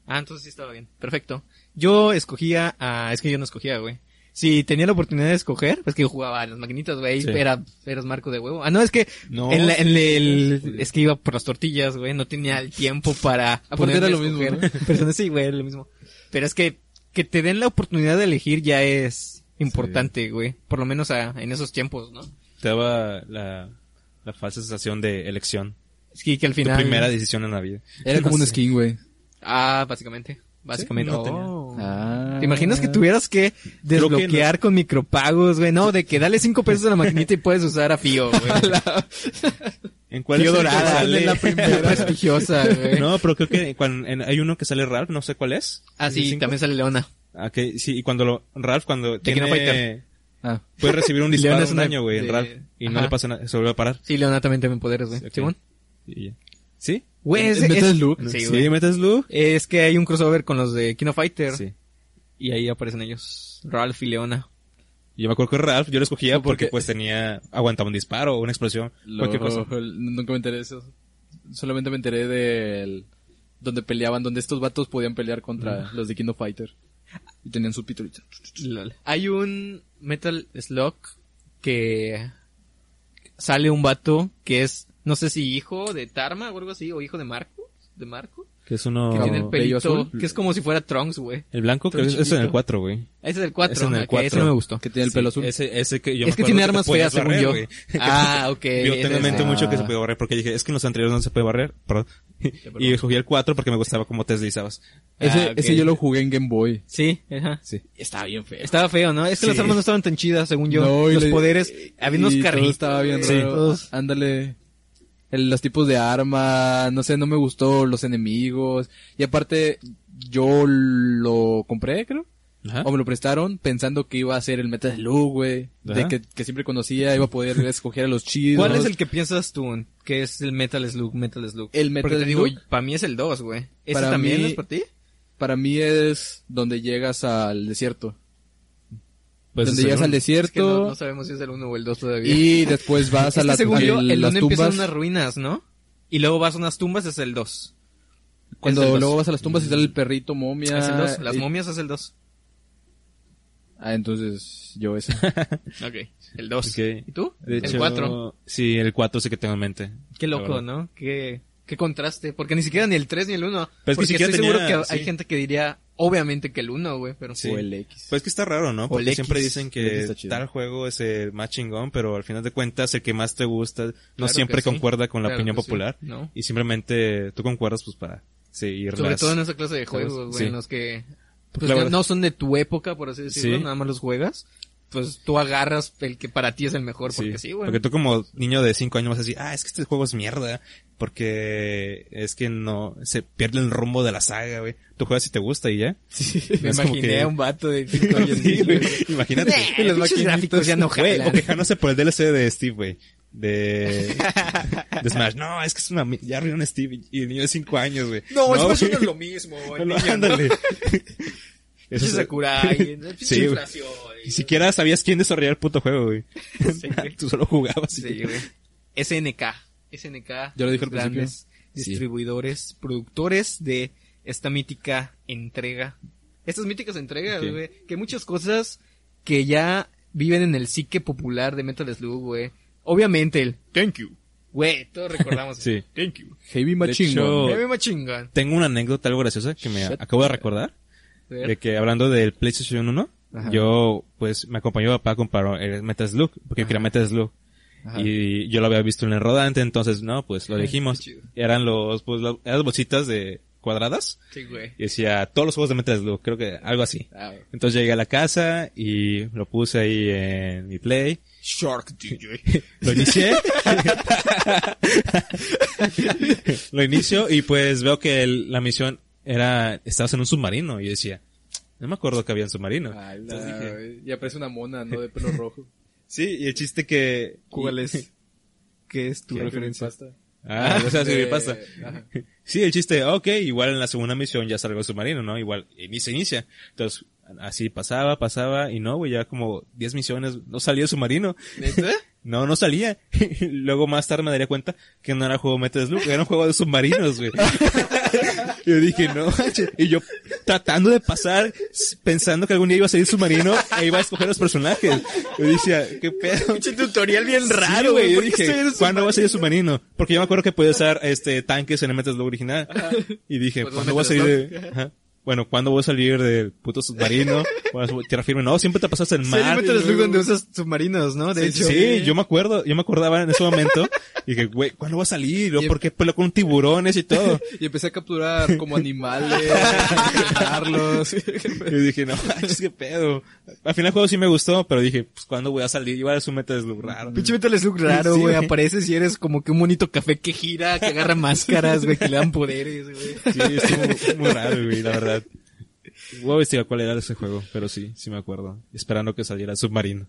Ah, entonces sí estaba bien. Perfecto. Yo escogía a... Es que yo no escogía, güey. Si tenía la oportunidad de escoger, pues que yo jugaba a las maquinitas, güey.
Sí.
Era, eras marco de huevo. Ah, no, es que...
No,
en la- en
sí,
el-
sí, sí.
es que iba por las tortillas, güey. No tenía el tiempo para...
Aparte era
ponerme a
lo mismo,
escoger. Pero sí, güey, era lo mismo. Pero es que... Que te den la oportunidad de elegir ya es... importante, güey. Por lo menos a- en esos tiempos, ¿no?
Te daba la, la falsa sensación de elección.
Es que, que al
Tu
final.
primera decisión en la vida.
Era como
No
un
sé.
skin, güey.
Ah, básicamente. Básicamente.
No tenía.
Oh.
Ah.
¿Te imaginas que tuvieras que
Creo que
desbloquear con micropagos, güey? No, de que dale cinco pesos a la maquinita y puedes usar a Fío, güey.
¿En cuál
Fío
es el que
dorada,
sale?
en la primera prestigiosa, güey.
No, pero creo que cuando- en- hay uno que sale Ralph, no sé cuál es.
Ah, sí,
¿Cinco?
también sale Leona.
Ah, que- sí, y cuando lo, Ralph, cuando
Tekken
tiene,
Fighter.
Ah.
puede recibir un
León
disparo,
es
un
una-
daño, güey, en
de-
Ralph, y no
Ajá.
le pasa nada, se vuelve a parar.
Sí, Leona también tiene poderes, güey.
Ok.
Simón.
Y ya. ¿Sí?
Güey,
¿En-
ese-
en Metal
es-
Slug?
Sí,
Sí,
güey.
metes Luke.
Es que hay un crossover con los de Kino Fighter.
Sí.
Y ahí aparecen ellos. Ralph y Leona.
Yo me acuerdo que Ralph, yo lo escogía porque,
Porque-
pues tenía, aguantaba un disparo, una explosión, cualquier cosa.
Lol, Nunca me enteré de eso. Solamente me enteré del... Donde peleaban, donde estos vatos podían pelear contra los de Kingdom Fighter. Y tenían su pitulita.
Lol. Hay un Metal Slug que sale un vato que es, no sé si hijo de Tarma o algo así, o hijo de Marco. De Marco.
Que es uno...
Que tiene el
pelillo
pelito,
azul.
que es como si fuera Trunks, güey.
El blanco, creo que es- es en el
chiquito.
4, güey.
Ese es el 4.
Es en el cuatro.
Ese no me gustó.
Que tiene el pelo azul.
Ese, ese que yo me
es que
acuerdo
tiene armas
te podías
feas, según
barrer,
yo.
güey.
Ah, ok.
Yo tengo en
ese-
mente
Ah.
mucho que se puede barrer porque dije, es que en los anteriores no se puede barrer, perdón. Y escogí el 4 porque me gustaba cómo te deslizabas.
Ese,
Ah, ok.
ese yo lo jugué en Game Boy.
Sí, ajá.
Sí.
Estaba bien feo.
Estaba feo, ¿no? Es que las
Sí.
armas no estaban tan chidas, según yo. los poderes, había unos carritos.
estaba bien
Sí.
raro.
Todos-
Ándale. El- los tipos de arma, no sé, no me gustó los enemigos. Y aparte, yo lo compré, creo.
Ajá.
O me lo prestaron pensando que iba a ser el Metal Slug, güey. De
Ajá.
que, que siempre conocía, iba a poder escoger a los chidos.
¿Cuál es el que piensas tú en- que es el Metal Slug, Metal Slug?
El Metal
Porque te digo,
Slug.
para mí es el 2, güey. ¿Ese
Para
también
mí-
es para ti?
Para mí es donde llegas al desierto.
Pues
donde
es el
llegas al
uno.
desierto
Es que no, no sabemos si es el 1 o el 2 todavía.
y después vas
Es
a
que
la,
según yo,
el-
el
las
1 empieza en
tumbas.
unas ruinas, ¿no? Y luego vas a unas tumbas, es el 2.
Cuando
es el dos.
luego vas a las tumbas y sale el perrito momia.
es el 2. Las
eh,
y-
momias es el 2.
Ah, entonces yo ese.
Ok, el 2.
Ok.
¿Y tú?
De hecho,
el 4.
Sí, el 4 sí que tengo en mente.
Qué
la verdad.
loco, ¿no? Qué, qué contraste. Porque ni siquiera ni el 3 ni el 1.
Pero es que
porque
siquiera
estoy seguro
tenía-
que hay
sí.
gente que diría, obviamente, que el 1, güey. Pero
Sí.
O el X.
Pues que está raro, ¿no?
O el
Porque
X.
siempre dicen
El X
que
está chido.
tal juego es el más chingón, pero al final de cuentas el que más te gusta no
Claro
siempre
que sí.
concuerda con la
Claro
opinión
que sí.
popular.
No.
Y simplemente tú concuerdas pues para seguir
Sobre
las-
todo en esa clase de
Claro,
juegos, güey,
sí.
en los que pues,
la
que
verdad-
no son de tu época, por así decirlo,
Sí.
nada más los juegas. Pues tú agarras el que para ti es el mejor, porque sí, güey.
Porque tú como niño de 5 años vas a decir, ah, es que este juego es mierda, porque es que no, se pierde el rumbo de la saga, güey. Tú juegas si te gusta y ya.
Me
Es como
imaginé
que-
a un vato de cinco años.
Sí, güey. Imagínate.
Nah, los pinches gráficos ya no
Güey,
jalan.
o quejándose por el DLC de Steve, güey. De, de Smash. No, es que es una... mi- Ya rieron a Steve y- y el niño de 5 años, güey.
No, eso
güey.
no es lo mismo, el
No,
niño, ¿no?
ándale.
Pinche
es-
Sakurai, pinche
Sí, güey.
inflación.
Ni siquiera sabías quién desarrollaba el puto juego, güey.
Sí, güey.
Tú solo jugabas. y-
Sí, güey. SNK. SNK.
Ya lo dije al
grandes
Sí.
distribuidores, productores de esta mítica entrega. Estas míticas entregas,
Ok.
güey. Que muchas cosas que ya viven en el psique popular de Metal Slug, güey. Obviamente el Thank you. Güey, todos recordamos.
Sí.
el Thank you.
Heavy
hecho,
Machingo.
Me más chingón.
Tengo una anécdota algo graciosa que me
Shut
acabo de recordar. De que hablando del PlayStation 1,
Ajá.
yo, pues, me acompañó mi papá a comprar el Metal Slug, porque yo quería Metal Slug.
Ajá.
Y yo lo había visto en el rodante, entonces, no, pues, lo
Ay,
dijimos.
qué chido.
Eran los, pues, lo- eran las bolsitas de cuadradas.
Sí, güey.
Y decía, todos los juegos de Metal Slug, creo que algo así.
Ah, güey.
Entonces llegué a la casa y lo puse ahí en mi play.
Shark DJ.
Lo inicié. lo inicio y pues veo que el- la misión era, estabas en un submarino y decía, no me acuerdo que había un submarino.
Ala,
Entonces dije,
güey. Ah, y aparece una mona, ¿no? De pelo rojo.
sí, y el chiste que...
¿Cuál es? ¿Qué es tu
Creo que
referencia?
creepypasta.
Ah, o sea,
de-
creepypasta.
ajá.
Sí, el chiste, ok, igual en la segunda misión ya salgo el submarino, ¿no? Igual, inicia, inicia. Entonces, así pasaba, pasaba y no, güey, ya como 10 misiones, no salía el submarino.
¿Neta?
No, no salía. Luego más tarde me daría cuenta que no era juego Metal Slug, era un juego de submarinos, güey. yo dije, no, manches. Y yo tratando de pasar, s- pensando que algún día iba a salir submarino e iba a escoger los personajes. Yo decía, qué pedo.
Pinche tutorial bien
Sí,
raro, güey.
Yo
¿Por qué
dije,
estoy en un
¿cuándo va a salir submarino? Porque yo me acuerdo que podía usar este, tanques en el Metal Slug original. Y dije,
Pues,
¿cuándo
no
va a
Metal
salir de...? Ajá. bueno, ¿cuándo voy a salir del puto submarino? Voy a su- Tierra firme. No, siempre te pasas el
Se
mar.
alimenta los lugares donde usas submarinos, ¿no? De
Sí,
hecho.
sí, yo me acuerdo, yo me acordaba en ese momento. Y que, güey, ¿cuándo voy a salir? Luego, ¿Por qué peleo con tiburones y todo?
Y empecé a capturar como animales, a capturarlos.
Y dije, no manches, qué pedo. Al final el juego sí me gustó, pero dije, pues, ¿cuándo voy a salir? Igual es un meta de raro.
Pinche Metal Slug raro,
Sí,
güey.
güey.
Apareces y eres como que un bonito café que gira, que agarra máscaras, güey, que le dan poderes, güey.
Sí, estuvo muy raro, güey, la verdad. Voy a investigar cuál era ese juego, pero sí, sí me acuerdo. Esperando que saliera el submarino.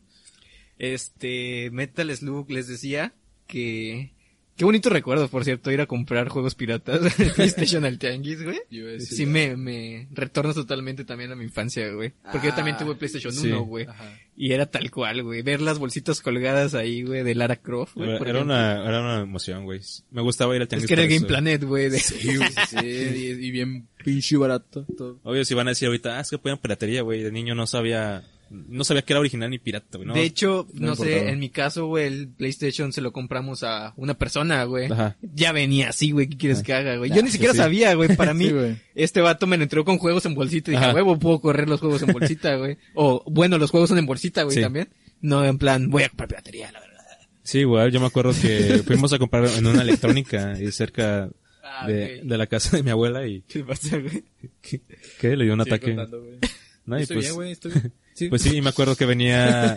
Este, Metal Slug les decía que... Qué bonito recuerdo, por cierto, ir a comprar juegos piratas en PlayStation al Tianguis, güey.
Yo
Sí,
decía,
me, me retorna totalmente también a mi infancia, güey. Porque yo también
Ah,
tuve PlayStation
sí.
1, güey.
Ajá.
Y era tal cual, güey. Ver las bolsitas colgadas ahí, güey, de Lara Croft, güey.
Era,
por
era
ejemplo.
una, era una emoción, güey. Me gustaba ir al
Es
tianguis
que era el
por
Game
eso.
Planet, güey. de-
Sí, güey, sí, y, y bien pinche barato todo.
Obvio, si van a decir ahorita, ah, es que ponían piratería, güey. De niño no sabía, no sabía que era original ni pirata, güey. ¿no?
de hecho, no,
no
sé,
importaba.
en mi caso, güey, el PlayStation se lo compramos a una persona, güey.
Ajá.
Ya venía así, güey, ¿qué quieres que haga, güey? Yo ni
pues
siquiera
sí.
sabía, güey, para mí.
Sí, güey.
este vato me lo entró con juegos en bolsita y dije,
Ajá.
huevo, puedo correr los juegos en bolsita, güey. O, bueno, los juegos son en bolsita, güey,
Sí.
también. No, en plan, voy a comprar piratería, la verdad.
Sí, igual, yo me acuerdo que fuimos a comprar en una electrónica y cerca
Ah,
de,
ok.
de la casa de mi abuela y,
¿Qué pasa, güey?
¿qué? ¿Qué? Le dio un
Sigue
ataque.
contando, güey.
No, y
estoy
pues-
bien, güey, estoy bien. Sí.
Pues sí, y me acuerdo que venía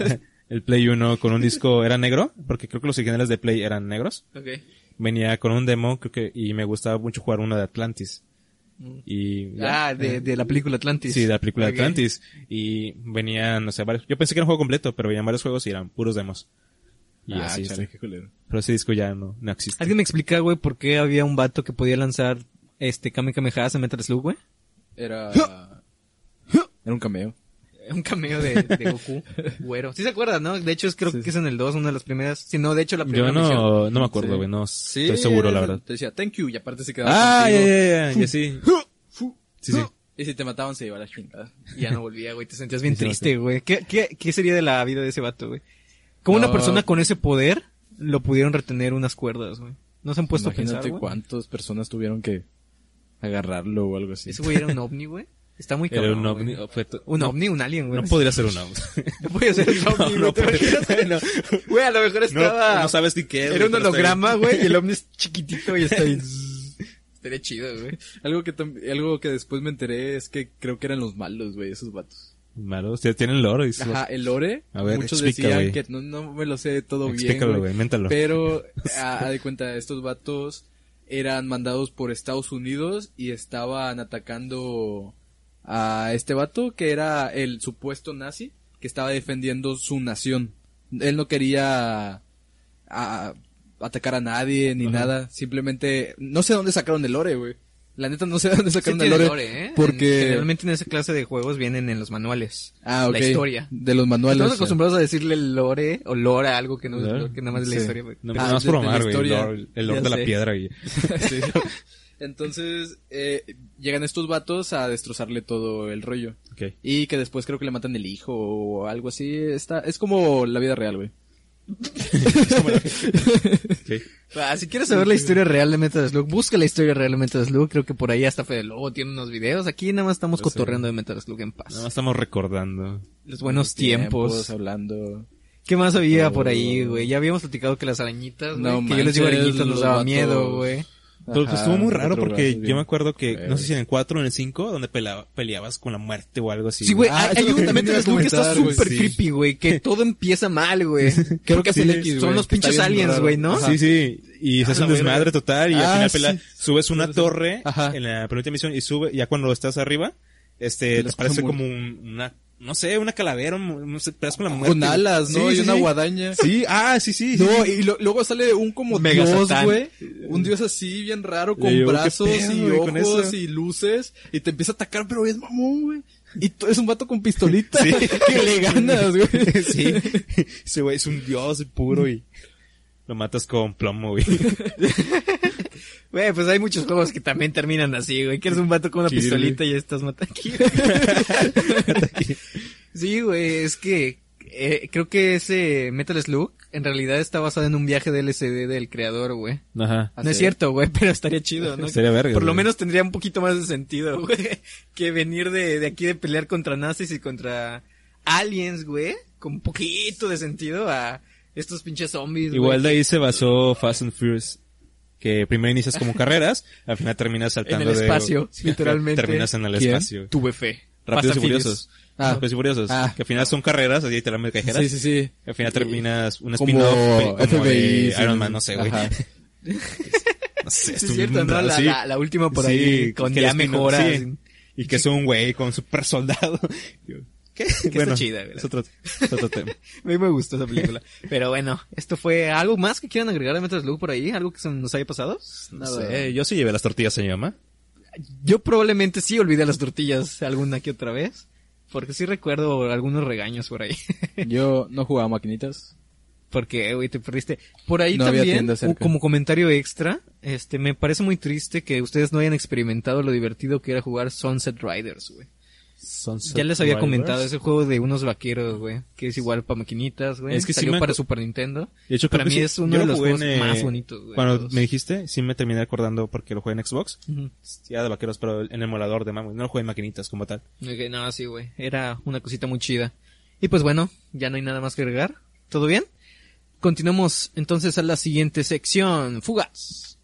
el Play 1 con un disco, era negro, porque creo que los originales de Play eran negros.
Ok.
Venía con un demo, creo que, y me gustaba mucho jugar uno de Atlantis.
Mm.
Y,
Ah, de, de la película Atlantis.
sí, de la película
Ok.
Atlantis. Y venían, no sé, varios, yo pensé que era un juego completo, pero venían varios juegos y eran puros demos. Y
Ah,
así
chale,
está.
qué culero.
Pero ese disco ya no, no existe.
¿Alguien me explica, güey, por qué había un vato que podía lanzar este Kame Kamehameha en Metal Slug, güey?
Era... Era un cameo.
Un cameo de, de Goku, güero. Sí se acuerdan, ¿no? De hecho, es, creo que es en el 2, una de las primeras. Si no, de hecho, la primera
Yo
misión.
no, no me acuerdo,
Sí.
güey, no
Sí,
estoy seguro, la
era-
verdad.
Te decía, thank you, y aparte se quedaba
Ah, ya,
contigo.
ya, ya, ya, sí. Sí, sí.
Y si te mataban se iba la chingada.
Y ya no volvía, güey. Te sentías bien
Sí, sí,
triste, güey. ¿Qué, qué, ¿Qué sería de la vida de ese vato, güey? Como una
No.
persona con ese poder lo pudieron retener unas cuerdas, güey. No se han puesto a
Imagínate
pensar, güey.
cuántas personas tuvieron que agarrarlo o algo así.
Ese güey era un ovni, güey. Está muy cabrón.
Era un ovni.
güey.
fue to-
Un
no,
ovni, un alien, güey.
no podría ser un ovni.
No podía ser un ovni, güey.
no
¿Te
pues,
puede-
imaginas? Güey, a lo mejor estaba.
No, no sabes ni qué es.
Era un
güey, pero está
holograma, güey, y el ovni es chiquitito y está ahí. Estaría chido, güey.
Algo que, tam- algo que después me enteré es que creo que eran los malos, güey, esos vatos.
bien. Malo, ustedes tienen lore. Y
Ajá, el lore.
A ver,
muchos
explica,
decían
güey.
que no, no me lo sé todo
Explícalo,
bien.
güey, méntalo.
Pero, a, a de cuenta, estos vatos eran mandados por Estados Unidos y estaban atacando a este vato que era el supuesto nazi que estaba defendiendo su nación. Él no quería a- atacar a nadie ni nada. Simplemente, no sé dónde sacaron el lore, güey. La neta no sé dónde sacaron el lore. Porque.
¿eh? Generalmente en esa clase de juegos vienen en los manuales.
Ah, ok.
La historia.
De los manuales.
Estamos
o sea.
acostumbrados a decirle lore o lore a algo que no
Lore.
que nada más es la
Sí.
historia, güey.
No,
Ah,
nada más
de-
por
de la
Omar, güey. El
historia.
lore, el lore
Ya
de la
sé.
piedra. güey.
Sí. Entonces, eh, llegan estos vatos a destrozarle todo el rollo.
Ok.
Y que después creo que le matan el hijo o algo así. Está, es como la vida real, güey.
okay.
Ah, si quieres saber la historia real de Metal Slug, busca la historia real de Metal Slug. Creo que por ahí hasta Fede Lobo tiene unos videos. Aquí nada más estamos
Yo sé.
cotorreando de Metal Slug en paz.
Nada más estamos recordando.
Los buenos tiempos.
Hablando.
¿Qué más había
Oh.
por ahí, güey? Ya habíamos platicado que las arañitas, güey,
No
que yo les digo
manches,
arañitas nos
los
daba
vatos.
miedo, güey.
Pero pues,
Ajá,
estuvo muy raro
otro Eh.
porque
brazo,
yo
bien.
me acuerdo que, no sé si
Feo.
en el 4 o en el 5, donde pelaba- peleabas con la muerte o algo así.
Sí, güey,
Ah,
hay-
eso
hay
es lo que
un
también
Metal
iba a
Slug que está
comentar, güey,
súper
sí.
creepy, güey, que todo empieza mal, güey. Creo
que es el X,
Son
güey,
los
que está
pinches
bien
aliens,
raro.
güey, ¿no?
Ajá.
Sí, sí, y se hace un
la verga.
desmadre total y
Ah,
al final
sí.
pela- subes una torre
Ajá.
en la penúltima misión y sube, y ya cuando estás arriba, este,
Te
te
las
parece
pasan
como un- una, no sé, una calavera, un- no sé, te das con la muerte.
Con alas, ¿no?
Sí,
y
sí,
una
sí.
guadaña.
Sí, ah, sí, sí.
No, y lo- luego sale un como
Mega
dios,
Satán.
güey. Un dios así, bien raro, con
Y yo, ¿qué
brazos
pedo,
y
güey, con
ojos
eso?
y luces. Y te empieza a atacar, pero es mamón, güey. Y tú- es un vato con pistolita.
Sí.
Que le ganas, güey.
Sí, ese güey es un dios puro y lo matas con plomo, güey.
Güey, pues hay muchos juegos que también terminan así, güey. Que eres un vato con una
Kirby.
pistolita y estás matando. sí, güey, es que eh, creo que ese Metal Slug en realidad está basado en un viaje de LCD del creador, güey.
Ajá.
no es
es.
cierto, güey, pero estaría chido, ¿no?
Sería verga.
Por lo
güey.
menos tendría un poquito más de sentido, güey, que venir de, de aquí de pelear contra nazis y contra aliens, güey, con un poquito de sentido a estos pinches zombies, güey.
Igual de ahí se basó Fast and Furious. Que primero inicias como carreras, al final terminas
en
saltando
el
de-
espacio, literalmente.
terminas en el
¿Quién?
espacio.
Tuve fe.
Rápidos
Fast
y
and Furious.
furiosos.
Ah.
Rápidos y furiosos.
Ah.
Que al final son carreras, así literalmente callejeras.
Sí, sí, sí.
Al final
Y-
terminas un
como
spin-off güey,
FBI.
como de
sí.
Iron Man, no sé, güey.
Ajá.
No sé,
Sí,
estuvo
es cierto,
bien
¿no?
raro,
La,
sí.
la- la última por
Sí,
ahí con
que
ya
el spin-off,
mejoras.
sí. Y que es un güey con super soldado. Yo, ¿Qué?
está chida, güey.
es otro, es otro tema.
A mí me gustó esa película. Pero bueno, esto fue algo más que quieran agregar a Metal Slug por ahí, algo que se nos haya pasado.
No sé, yo sí llevé las tortillas a mi mamá.
Yo probablemente sí olvidé las tortillas alguna que otra vez, porque sí recuerdo algunos regaños por ahí.
Yo no jugaba maquinitas.
Porque, güey, te perdiste. Por ahí
No había
también,
tienda
u-
cerca.
como comentario extra, este, me parece muy triste que ustedes no hayan experimentado lo divertido que era jugar Sunset Riders, güey. Ya les había comentado ese juego de unos vaqueros, güey, que es igual para maquinitas, güey.
Es que sí
salió
me acu-
para Super Nintendo.
De hecho, creo
para
que
mí
sí.
es uno
Yo
de
lo
los
jugué en,
juegos
eh,
más bonitos, güey.
Cuando
todos.
me dijiste, sí me terminé acordando porque lo jugué en Xbox.
Ujú.
Ya de vaqueros, pero en el emulador de Mambo. No lo jugué en maquinitas como tal.
Ok, no, sí, güey. Era una cosita muy chida. Y pues bueno, ya no hay nada más que agregar. ¿Todo bien? Continuamos entonces a la siguiente sección. Fugas.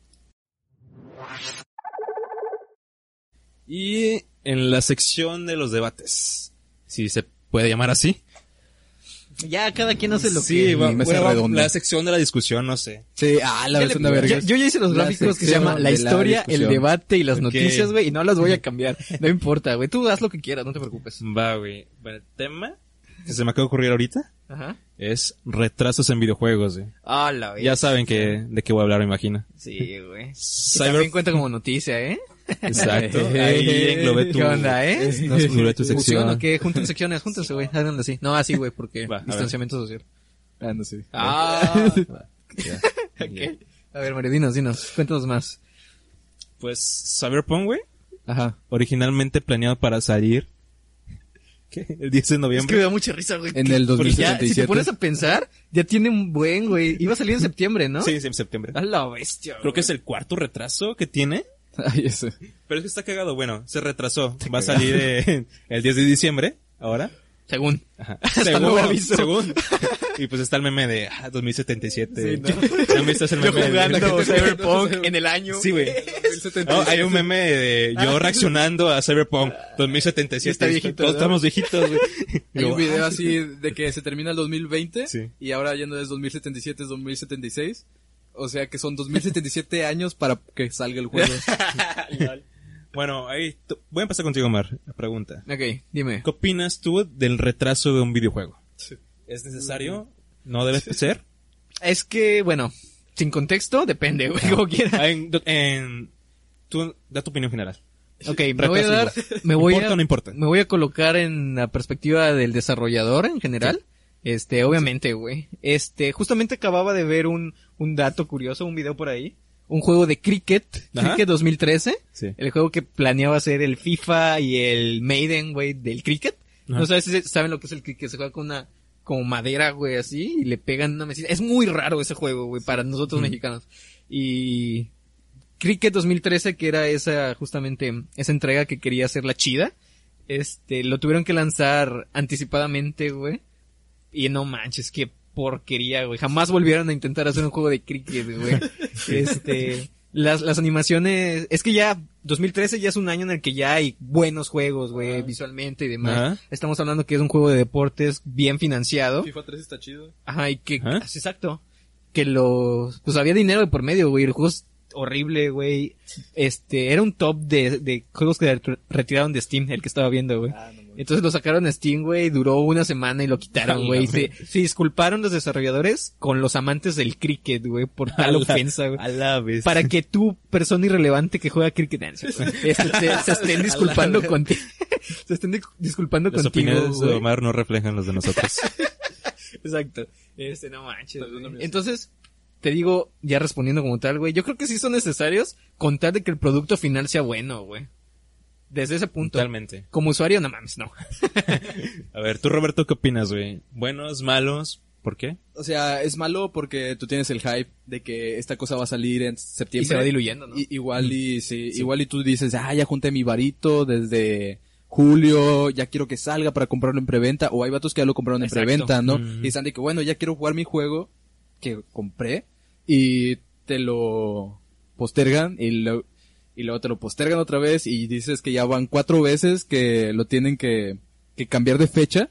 Y en la sección de los debates, si se puede llamar así.
Ya cada quien hace lo
sí,
que...
va-
me sé
bueno,
redonda.
la sección de la discusión, no sé.
Sí, ah, la
Ya
vez
le-
una verga.
yo, yo ya hice los
La
gráficos que se
sección
llama la
de la
historia, el
discusión.
debate y las
Ok.
noticias, güey, y no las voy a cambiar. No importa, güey. Tú haz lo que quieras, no te preocupes.
Va, güey. Bueno, el tema que se me acaba de ocurrir ahorita
Ajá.
es retrasos en videojuegos, güey.
Ah, la vez.
Ya saben que, de qué voy a hablar, me imagino.
Sí, güey. Que
Cyber-
También cuenta como noticia, ¿eh?
Exacto. Ahí englobé tu...
¿Qué onda, eh?
No, englobé tu
Sección,
sección.
¿o qué? Junten secciones, júntense, güey. Háganlo así. No, así, güey, porque
Va, a ver.
distanciamiento social.
Ah, no sé.
Ah.
Ya.
ok. A ver, Mario, dinos, dinos. Cuéntanos más.
Pues Cyberpunk, güey.
Ajá.
Originalmente planeado para salir... ¿Qué? El 10 de
Es que
noviembre.
me da mucha risa, güey.
En el
Porque ya, Si
2077.
te pones a pensar, ya tiene un buen, güey. Iba a salir en septiembre, ¿no?
Sí, sí, en septiembre.
A la bestia,
Creo que
güey.
es el cuarto retraso que tiene.
Ay, eso.
Pero es que está cagado. Bueno, se retrasó. Va a salir eh, el 10 de diciembre, ahora.
Según.
Ajá.
luego aviso.
según. Y pues está el meme de ah, 2077.
Sí, ¿no?
También está el
Yo
meme
jugando
de...
Cyberpunk en el año.
Sí, güey. No, hay un meme de yo reaccionando a Cyberpunk 2077.
Ya Ah. está viejito,
Todos
¿no?
estamos viejitos, güey.
Hay
Yo, ah,
un video así de que se termina el
¿eh?
2020
Sí.
y ahora ya no es 2077, es 2076. O sea que son 2077 años para que salga el juego.
Bueno, ahí tú- voy a empezar contigo, Mar. La pregunta.
Ok, dime.
¿Qué opinas tú del retraso de un videojuego? ¿Es necesario? ¿No debe ser?
Es que, bueno, sin contexto, depende, güey, como quiera.
En, en- tú, da tu opinión general.
Ok, me voy a dar, me voy
¿Importa
a,
o no importa?
me voy a colocar en la perspectiva del desarrollador en general. Este, obviamente, güey. Este, justamente acababa de ver un, un dato curioso, un video por ahí. Un juego de cricket,
Ajá.
cricket 2013.
Sí.
El juego que planeaba ser el FIFA y el Maiden, güey, del cricket.
Ajá.
No sabes si se- saben lo que es el cricket. Se juega con una, como madera, güey, así, y le pegan una mesita. Es muy raro ese juego, güey, para nosotros mexicanos. Y Cricket 2013, que era esa, justamente, esa entrega que quería hacer la chida. Este, lo tuvieron que lanzar anticipadamente, güey. Y no manches, qué porquería, güey. Jamás volvieron a intentar hacer un juego de cricket, güey. Este, las, las animaciones, es que ya 2013 ya es un año en el que ya hay buenos juegos, güey, visualmente y demás.
Ajá.
Estamos hablando que es un juego de deportes bien financiado.
FIFA 3 está chido.
Ajá, y que,
Ajá.
sí, exacto, que los, pues había dinero de por medio, güey, el juego es horrible, güey. Este, era un top de, de juegos que ret- retiraron de Steam, el que estaba viendo, güey. Entonces lo sacaron a Steam, güey, duró una semana y lo quitaron, güey. Se, se disculparon los desarrolladores con los amantes del cricket, güey, por tal ofensa, güey.
A la vez.
Para que tú, persona irrelevante que juega cricket, nah, no es cierto, este, se, se estén disculpando contigo. se estén dis- disculpando
Las
contigo.
opiniones de
güey.
Omar no reflejan las de nosotros.
Exacto. Este, no manches.
Perdón,
güey.
amigo.
Entonces, te digo, ya respondiendo como tal, güey, yo creo que sí son necesarios con tal de que el producto final sea bueno, güey. desde ese punto.
Totalmente.
Como usuario, no mames, no.
A ver, tú Roberto, ¿qué opinas, güey? ¿Buenos, malos? ¿Por qué?
O sea, es malo porque tú tienes el hype de que esta cosa va a salir en septiembre.
Y se va diluyendo, ¿no?
I- igual y sí, igual y tú dices, ah, ya junté mi varito desde julio, ya quiero que salga para comprarlo en preventa. O hay vatos que ya lo compraron en
Exacto.
preventa, ¿no?
Mm.
Y están de que, bueno, ya quiero jugar mi juego que compré y te lo postergan y lo, y luego te lo postergan otra vez y dices que ya van cuatro veces que lo tienen que, que cambiar de fecha.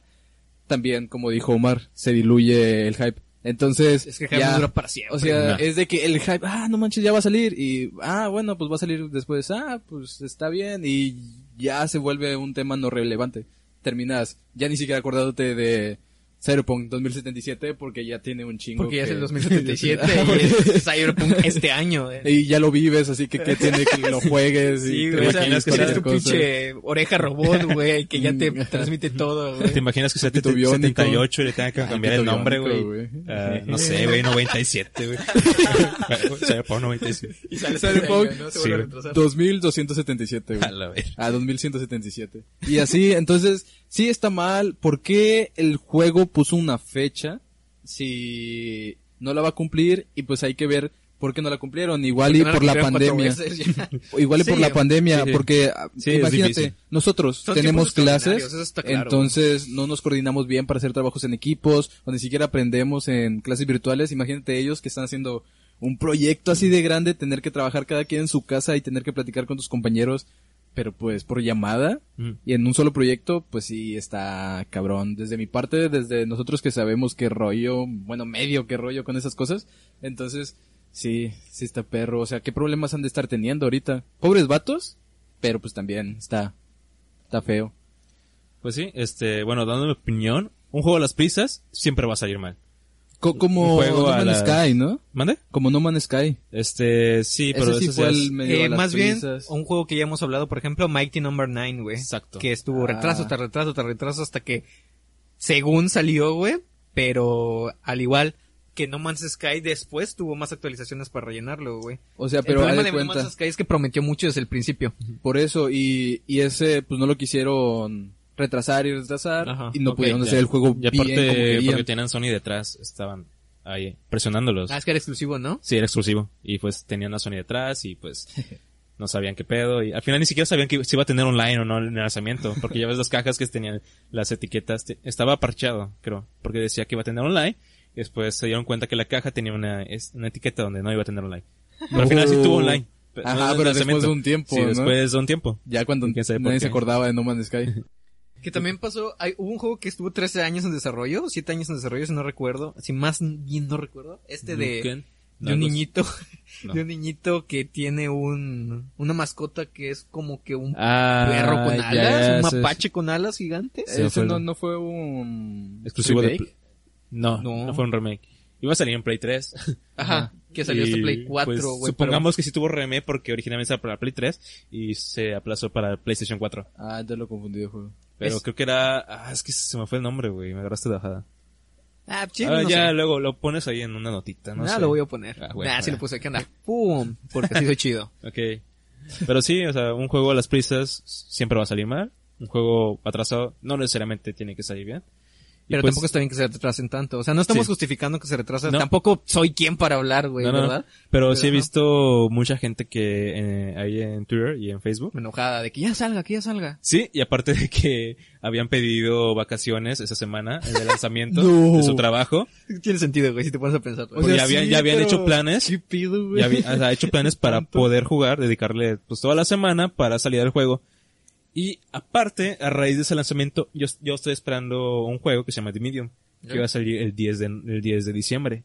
También, como dijo Omar, se diluye el hype. Entonces,
Es que Jaime
ya-
dura para siempre.
o sea,
Nah.
es de que el hype, ah, no manches, ya va a salir. Y, ah, bueno, pues va a salir después. Ah, pues está bien. Y ya se vuelve un tema no relevante. Terminas ya ni siquiera acordándote de Cyberpunk 2077 porque ya tiene un chingo.
porque ya es
que-
el 2077 y es Cyberpunk este año. eh.
y ya lo vives, así que qué tiene que lo juegues.
Sí,
y
güey, o sea,
imaginas que
todas
eres
esas
tu
cosas.
pinche oreja robot, güey, que ya te
Mm.
transmite todo,
¿Te
güey.
imaginas que sea
Pito
78 y le tengan que
Ay,
cambiar el
pito
nombre,
biónico,
güey?
güey.
Ah, no sé, güey, 97, güey. Cyberpunk 97.
Y sale
Cyberpunk,
¿no? Se
sí,
vuelve a
güey.
retrasar.
2277, güey.
A la ver.
A 2177. Y así, entonces, sí está mal. ¿Por qué el juego puso una fecha si no la va a cumplir? Y pues hay que ver por qué no la cumplieron. Igual y
No la
por la
cumplieron cuatro
pandemia.
veces, ya.
O Igual y
Sí,
por la pandemia,
sí, sí.
porque ah,
Sí, es difícil.
imagínate, nosotros
Son
tenemos
tiempos
clases,
extraordinarios, eso está claro.
entonces no nos coordinamos bien para hacer trabajos en equipos, o ni siquiera aprendemos en clases virtuales. Imagínate ellos que están haciendo un proyecto así de grande, tener que trabajar cada quien en su casa y tener que platicar con tus compañeros, pero pues por llamada
Mm.
y en un solo proyecto, pues sí está cabrón. Desde mi parte, desde nosotros que sabemos qué rollo, bueno, medio qué rollo con esas cosas, entonces Sí, sí está perro. O sea, ¿qué problemas han de estar teniendo ahorita? Pobres vatos, pero pues también está, está feo.
Pues sí, este, bueno, dando mi opinión, un juego a las prisas siempre va a salir mal.
Co- como
Un juego
No
a
Man's
la-
Sky, ¿no?
¿Mande?
Como No Man's Sky.
Este, sí, pero
Ese sí
eso
fue
ya
el
es-
medio
Eh,
a las
más
prisas.
bien, un juego que ya hemos hablado, por ejemplo, Mighty Number 9, güey.
Exacto.
Que estuvo
Ah.
retraso, tras retraso, tras retraso, hasta que, según salió, güey, pero al igual que No Man's Sky después tuvo más actualizaciones para rellenarlo, güey.
O sea,
el
Ah, pero haz
problema
de
de No
cuenta.
Man's Sky es que prometió mucho desde el principio.
Por eso, y, y ese, pues no lo quisieron retrasar y retrasar,
Ajá,
y no
ok,
pudieron
ya.
hacer el juego
Y
bien como
aparte,
querían.
porque tenían Sony detrás, estaban ahí presionándolos.
Ah, es que era exclusivo, ¿no?
Sí, era exclusivo. Y pues tenían a Sony detrás y pues no sabían qué pedo. Y al final ni siquiera sabían que si iba a tener online o no en el lanzamiento. Porque ya ves las cajas que tenían las etiquetas. te- estaba parchado, creo. Porque decía que iba a tener online. Y después se dieron cuenta que la caja tenía una, es- una etiqueta donde no iba a tener online. Pero al final sí tuvo online. no en
Oh. Ajá,
el
pero
lanzamiento.
después de un tiempo,
Sí,
¿no?
después de un tiempo.
Ya cuando
¿Quién sabe por
nadie
qué?
se acordaba de No Man's Sky.
Que también pasó, hay, hubo un juego que estuvo 13 años en desarrollo, 7 años en desarrollo, si no recuerdo, si más bien no recuerdo, este de,
Nukem,
de un
no,
niñito,
no.
de un niñito que tiene un, una mascota que es como que un
Ah,
perro con
ya,
alas,
ya,
un
sí, sí.
mapache con alas gigantes.
Sí,
ese
fue
no,
el-
no fue un...
Exclusivo de...
remake.
Pl- No,
No.
no, no fue un remake. Iba a salir en Play 3.
Ajá, que salió hasta
Y,
Play 4,
pues,
güey. pero-
supongamos que sí tuvo remake porque originalmente estaba para la Play 3 y se aplazó para PlayStation 4.
Ah, entonces lo confundí el juego.
Pero
Es-
creo que era... Ah, es que se me fue el nombre, güey. Me agarraste de bajada.
Ah, chile,
Ah,
no
ya
sé.
luego lo pones ahí en una notita, ¿no?
Nada,
sé.
lo voy a poner.
Ah,
Ah,
bueno,
sí
bueno.
lo puse aquí, anda. ¡Pum! Porque así soy chido.
Ok. Pero sí, o sea, un juego a las prisas siempre va a salir mal. Un juego atrasado no necesariamente tiene que salir bien. Y
Pero
pues-
tampoco está bien que se retrasen tanto. O sea, no estamos
Sí.
justificando que se retrasen.
No.
Tampoco soy quien para hablar, güey,
No, no, no.
¿verdad?
Pero, sí he
ajá.
visto mucha gente que eh, ahí en Twitter y en Facebook
Enojada de que ya salga, que ya salga.
Sí, y aparte de que habían pedido vacaciones esa semana el de lanzamiento
No.
de su trabajo,
Tiene sentido, güey, si te pones a pensar.
O
Pues
sea,
ya habían-
sí,
ya habían
pero
hecho planes.
¿Qué pedo, güey?
ya había o sea, hecho planes para poder jugar, dedicarle pues toda la semana para salir del juego. Y aparte, a raíz de ese lanzamiento, yo, yo estoy esperando un juego que se llama The Medium, que
Ya.
va a salir el 10 de, el 10 de diciembre.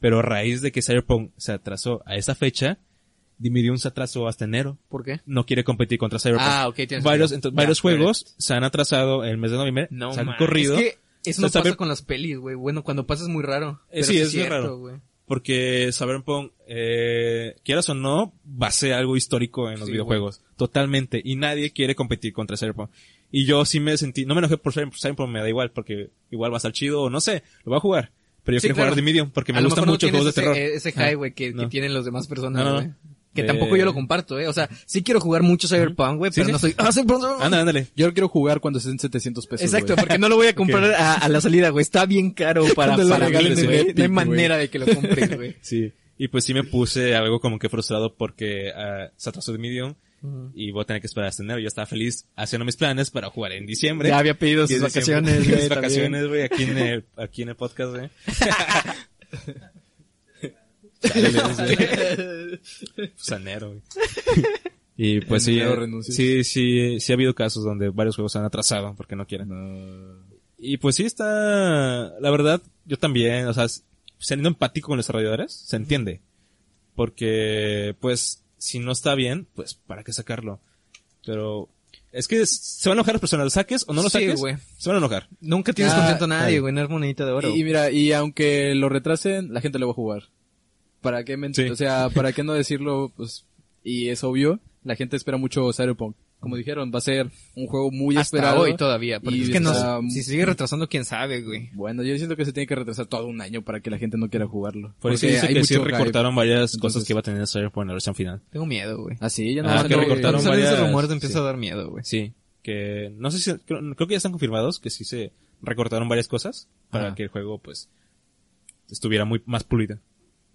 Pero a raíz de que Cyberpunk se atrasó a esa fecha, The Medium se atrasó hasta enero.
¿Por qué?
No quiere competir contra Cyberpunk.
Ah, ok, tiene
pues, varios,
sentido.
ento- varios
Ya,
juegos se han atrasado el mes de noviembre,
No,
se han
man.
corrido.
Es que eso no
O sea,
pasa
sabe-
con las pelis, güey. Bueno, cuando pasa es muy raro.
Eh,
Pero
sí, es muy
cierto,
raro.
güey.
Porque Cyberpunk, eh, quieras o no, va a ser algo histórico en los
Sí,
videojuegos. Totalmente. Y nadie quiere competir contra Cyberpunk. Y yo sí me sentí, no me enojé por Cyberpunk, Cyberpunk me da igual, porque igual va a estar chido, o no sé, lo voy a jugar. Pero yo
Sí,
quiero
claro.
jugar The Medium, porque
A
me
lo
gustan
mejor no
mucho los
tienes
juegos de terror.
ese- Ese
Ah,
high, güey, que, que
no.
tienen las demás personas,
No, no,
güey.
no.
Que
De-
tampoco yo lo comparto, eh. O sea, sí quiero jugar mucho Cyberpunk, güey,
Sí,
pero
sí.
no soy... ¡Ah, Cyberpunk!
Ándale, ándale.
Yo lo quiero jugar cuando estén 700 pesos.
Exacto,
güey.
porque no lo voy a comprar
Ok.
a, a la salida, güey. Está bien caro para,
Cuando lo
para
regalen
miles,
en
güey.
Epic,
No hay
güey.
manera de que lo compres, güey.
Sí. Y pues sí me puse algo como que frustrado porque ah, se atrasó de Medium y voy a tener que esperar hasta enero. Yo estaba feliz haciendo mis planes para jugar en diciembre.
Ya había pedido sus
10 de diciembre.
vacaciones, güey.
Mis
también.
vacaciones, güey, aquí en el, aquí en el podcast, güey. Chale, Pues enero, güey. Y pues
En
sí,
enero
eh,
renuncias.
sí, sí, sí ha habido casos donde varios juegos se han atrasado porque no quieren. Y pues sí está, la verdad, yo también, o sea, s- siendo empático con los desarrolladores, se entiende. Porque, pues, si no está bien, pues, ¿para qué sacarlo? Pero, es que s- se van a enojar las personas, ¿lo saques o no lo
Sí,
saques?
güey.
Se van a enojar.
Nunca tienes
Ah,
contento a nadie,
claro.
güey. No es monedita de oro.
Y, y mira, y aunque lo retrasen, la gente lo va a jugar. ¿Para qué men-
Sí.
O sea, ¿para qué no decirlo? Pues, y es obvio, la gente espera mucho Cyberpunk. Como dijeron, va a ser un juego muy
Hasta
esperado.
hoy todavía. Porque
Y
es que no,
está-
"Ah, si
mm,
sigue retrasando, quién sabe, güey.
Bueno, yo siento que se tiene que retrasar todo un año para que la gente no quiera jugarlo.
Por eso
Porque
dice que sí
mucho hype.
recortaron varias
Entonces-
cosas que iba a tener Cyberpunk en la versión final.
Tengo miedo, güey.
Ah, sí, ya no
Ah,
más
que
no-
recortaron
Cuando salen esos
varias-
rumores empieza
sí.
a dar miedo, güey.
Sí, que no sé si, creo, creo que ya están confirmados que sí se recortaron varias cosas para
Ajá.
que el juego, pues, estuviera muy más pulido.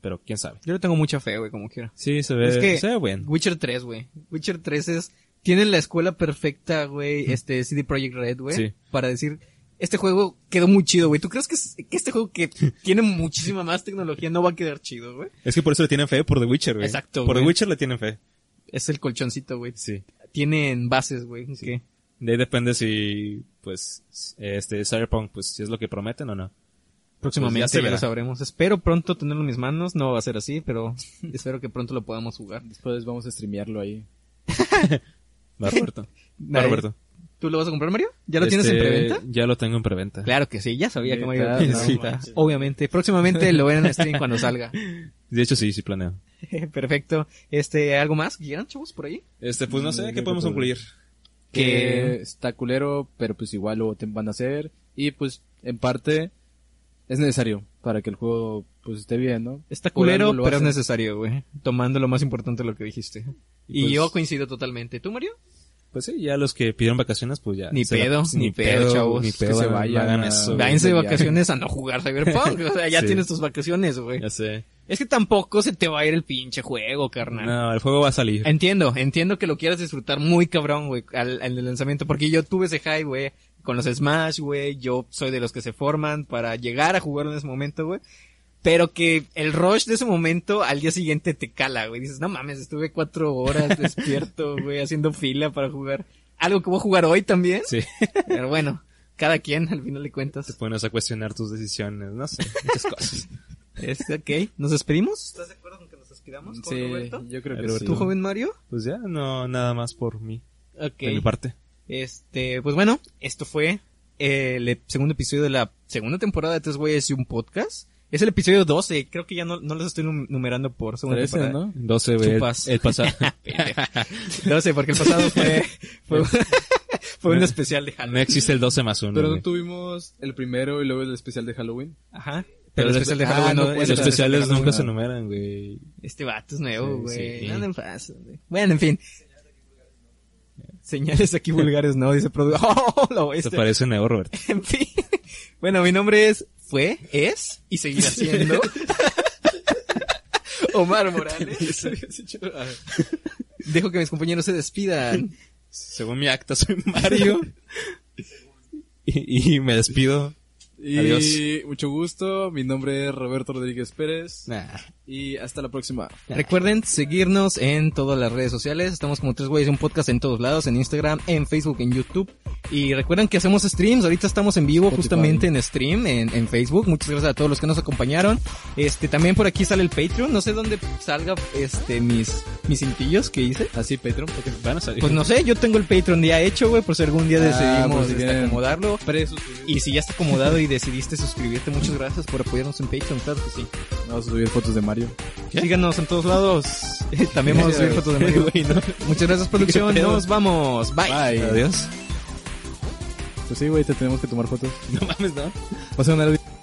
Pero quién sabe.
Yo le tengo mucha fe, güey, como quiera.
Sí, se ve,
es que
se ve bueno.
Mm. Witcher 3, güey. Witcher 3 es tienen la escuela perfecta, güey, este CD Projekt Red, güey,
Sí.
para decir este juego quedó muy chido, güey. ¿Tú crees que, es- que este juego que tiene muchísima más tecnología no va a quedar chido, güey?
Es que por eso le tienen fe por The Witcher, güey.
Exacto,
Por The
güey.
Witcher le tienen fe.
Es el colchoncito, güey.
Sí. Pues
Tienen bases, güey. que-
De ahí depende si, pues, este, Cyberpunk, pues, si es lo que prometen o no. Pues
Próximamente
ya se
ya
verá.
lo sabremos. Espero pronto tenerlo en mis manos. No va a ser así, pero espero que pronto lo podamos jugar.
Después vamos a streamearlo ahí.
Va Roberto. Va
Nadie-
Roberto.
¿Tú lo vas a comprar, Mario? ¿Ya lo tienes en
Este,
preventa?
Ya lo tengo en preventa.
Claro que sí, ya sabía que Mario lo
Neta,
tenía
no
en preventa. Obviamente. Próximamente lo verán en stream cuando salga.
De hecho, sí, sí planeo.
Perfecto. Este, ¿algo más? que ¿Quieran, chavos, por ahí?
Este, pues no sé,
creo que
¿qué podemos
puedo.
concluir?
que está culero, pero pues igual lo te van a hacer y pues en parte es necesario para que el juego pues esté bien, ¿no?
Está
Por
culero,
algo lo
pero es
hacen.
necesario, güey. Tomando lo más importante de lo que dijiste. Y,
Y pues-
yo coincido totalmente. ¿Tú, Mario?
Pues sí, ya los que pidieron vacaciones, pues ya.
Ni
se la-
pedo,
pues,
ni pedo, chavos.
Ni
Que
pedo,
se
no
vayan
hagan
a-
eso. güey.
Váyanse de
viaje.
vacaciones a no jugar Cyberpunk. O sea, ya
Sí.
tienes tus vacaciones, güey.
Ya sé.
Es que tampoco se te va a ir el pinche juego, carnal.
No, el juego va a salir.
Entiendo, entiendo que lo quieras disfrutar muy cabrón, güey, al, al lanzamiento, porque yo tuve ese high, güey, con los Smash, güey, yo soy de los que se forman para llegar a jugarlo en ese momento, güey. Pero que el rush de ese momento al día siguiente te cala, güey. Dices, no mames, estuve cuatro horas despierto, güey, haciendo fila para jugar. Algo que voy a jugar hoy también.
Sí.
Pero bueno, cada quien, al final de
Te
cuentas.
pones a cuestionar tus decisiones, no sé, muchas cosas.
Este, ok. ¿Nos despedimos? ¿Estás de acuerdo con que nos despidamos,
Sí, yo creo que
Roberto.
sí.
¿Tu joven Mario?
Pues ya, no, nada más por mí,
Ok.
de mi parte.
Este, pues bueno, esto fue eh, el ep- segundo episodio de la segunda temporada de Tres Güeyes y un Podcast. Es el episodio 12, creo que ya no, no los estoy num- numerando por segunda
Parece,
temporada.
¿no?
12
ve el-
veces. El, pasado.
12, porque el pasado fue, fue, fue un especial de
no
Halloween.
existe el 12 más 1.
Pero no tuvimos el primero y luego el especial de Halloween.
Ajá. Pero
Pero
el
los-
especial de
ah,
Halloween
no
no,
puede
Los
el especial de
especiales
Halloween
nunca
no.
se enumeran, güey.
Este vato es nuevo,
Sí,
güey.
sí.
Nada en paz, güey. Bueno, en fin. Señales aquí vulgares, no, dice Produ. Oh, lo
Te
este.
parece nuevo, Robert.
En fin. Bueno, mi nombre es, fue, es y seguirá siendo. Omar Morales. Dejo que mis compañeros se despidan.
Según mi acta, soy Mario. y, y me despido.
Y
Adiós.
mucho gusto, mi nombre es Roberto Rodríguez Pérez
Nah.
y hasta la próxima.
Recuerden seguirnos en todas las redes sociales. Estamos como tres güeyes y un podcast en todos lados, en Instagram, en Facebook, en YouTube. Y recuerden que hacemos streams. Ahorita estamos en vivo
Spotify.
justamente en stream, en, en Facebook. Muchas gracias a todos los que nos acompañaron. Este, también por aquí sale el Patreon. No sé dónde salga, este, mis, mis cintillos que hice.
Así, Patreon, porque
Van a salir.
Pues no sé, yo tengo el Patreon ya hecho, güey, por si algún día
Ah,
decidimos
por si
este,
quieren.
acomodarlo.
presos.
Y si ya está acomodado y decidiste suscribirte, muchas gracias por apoyarnos en Patreon, claro que sí.
Vamos a subir fotos de Mario.
Síganos en todos lados. También vamos a subir fotos de Mario. Muchas gracias, producción.
pedo.
Nos vamos. Bye.
Bye.
Adiós.
Pues sí, güey, te tenemos que tomar fotos.
No mames, no.
Va a ser una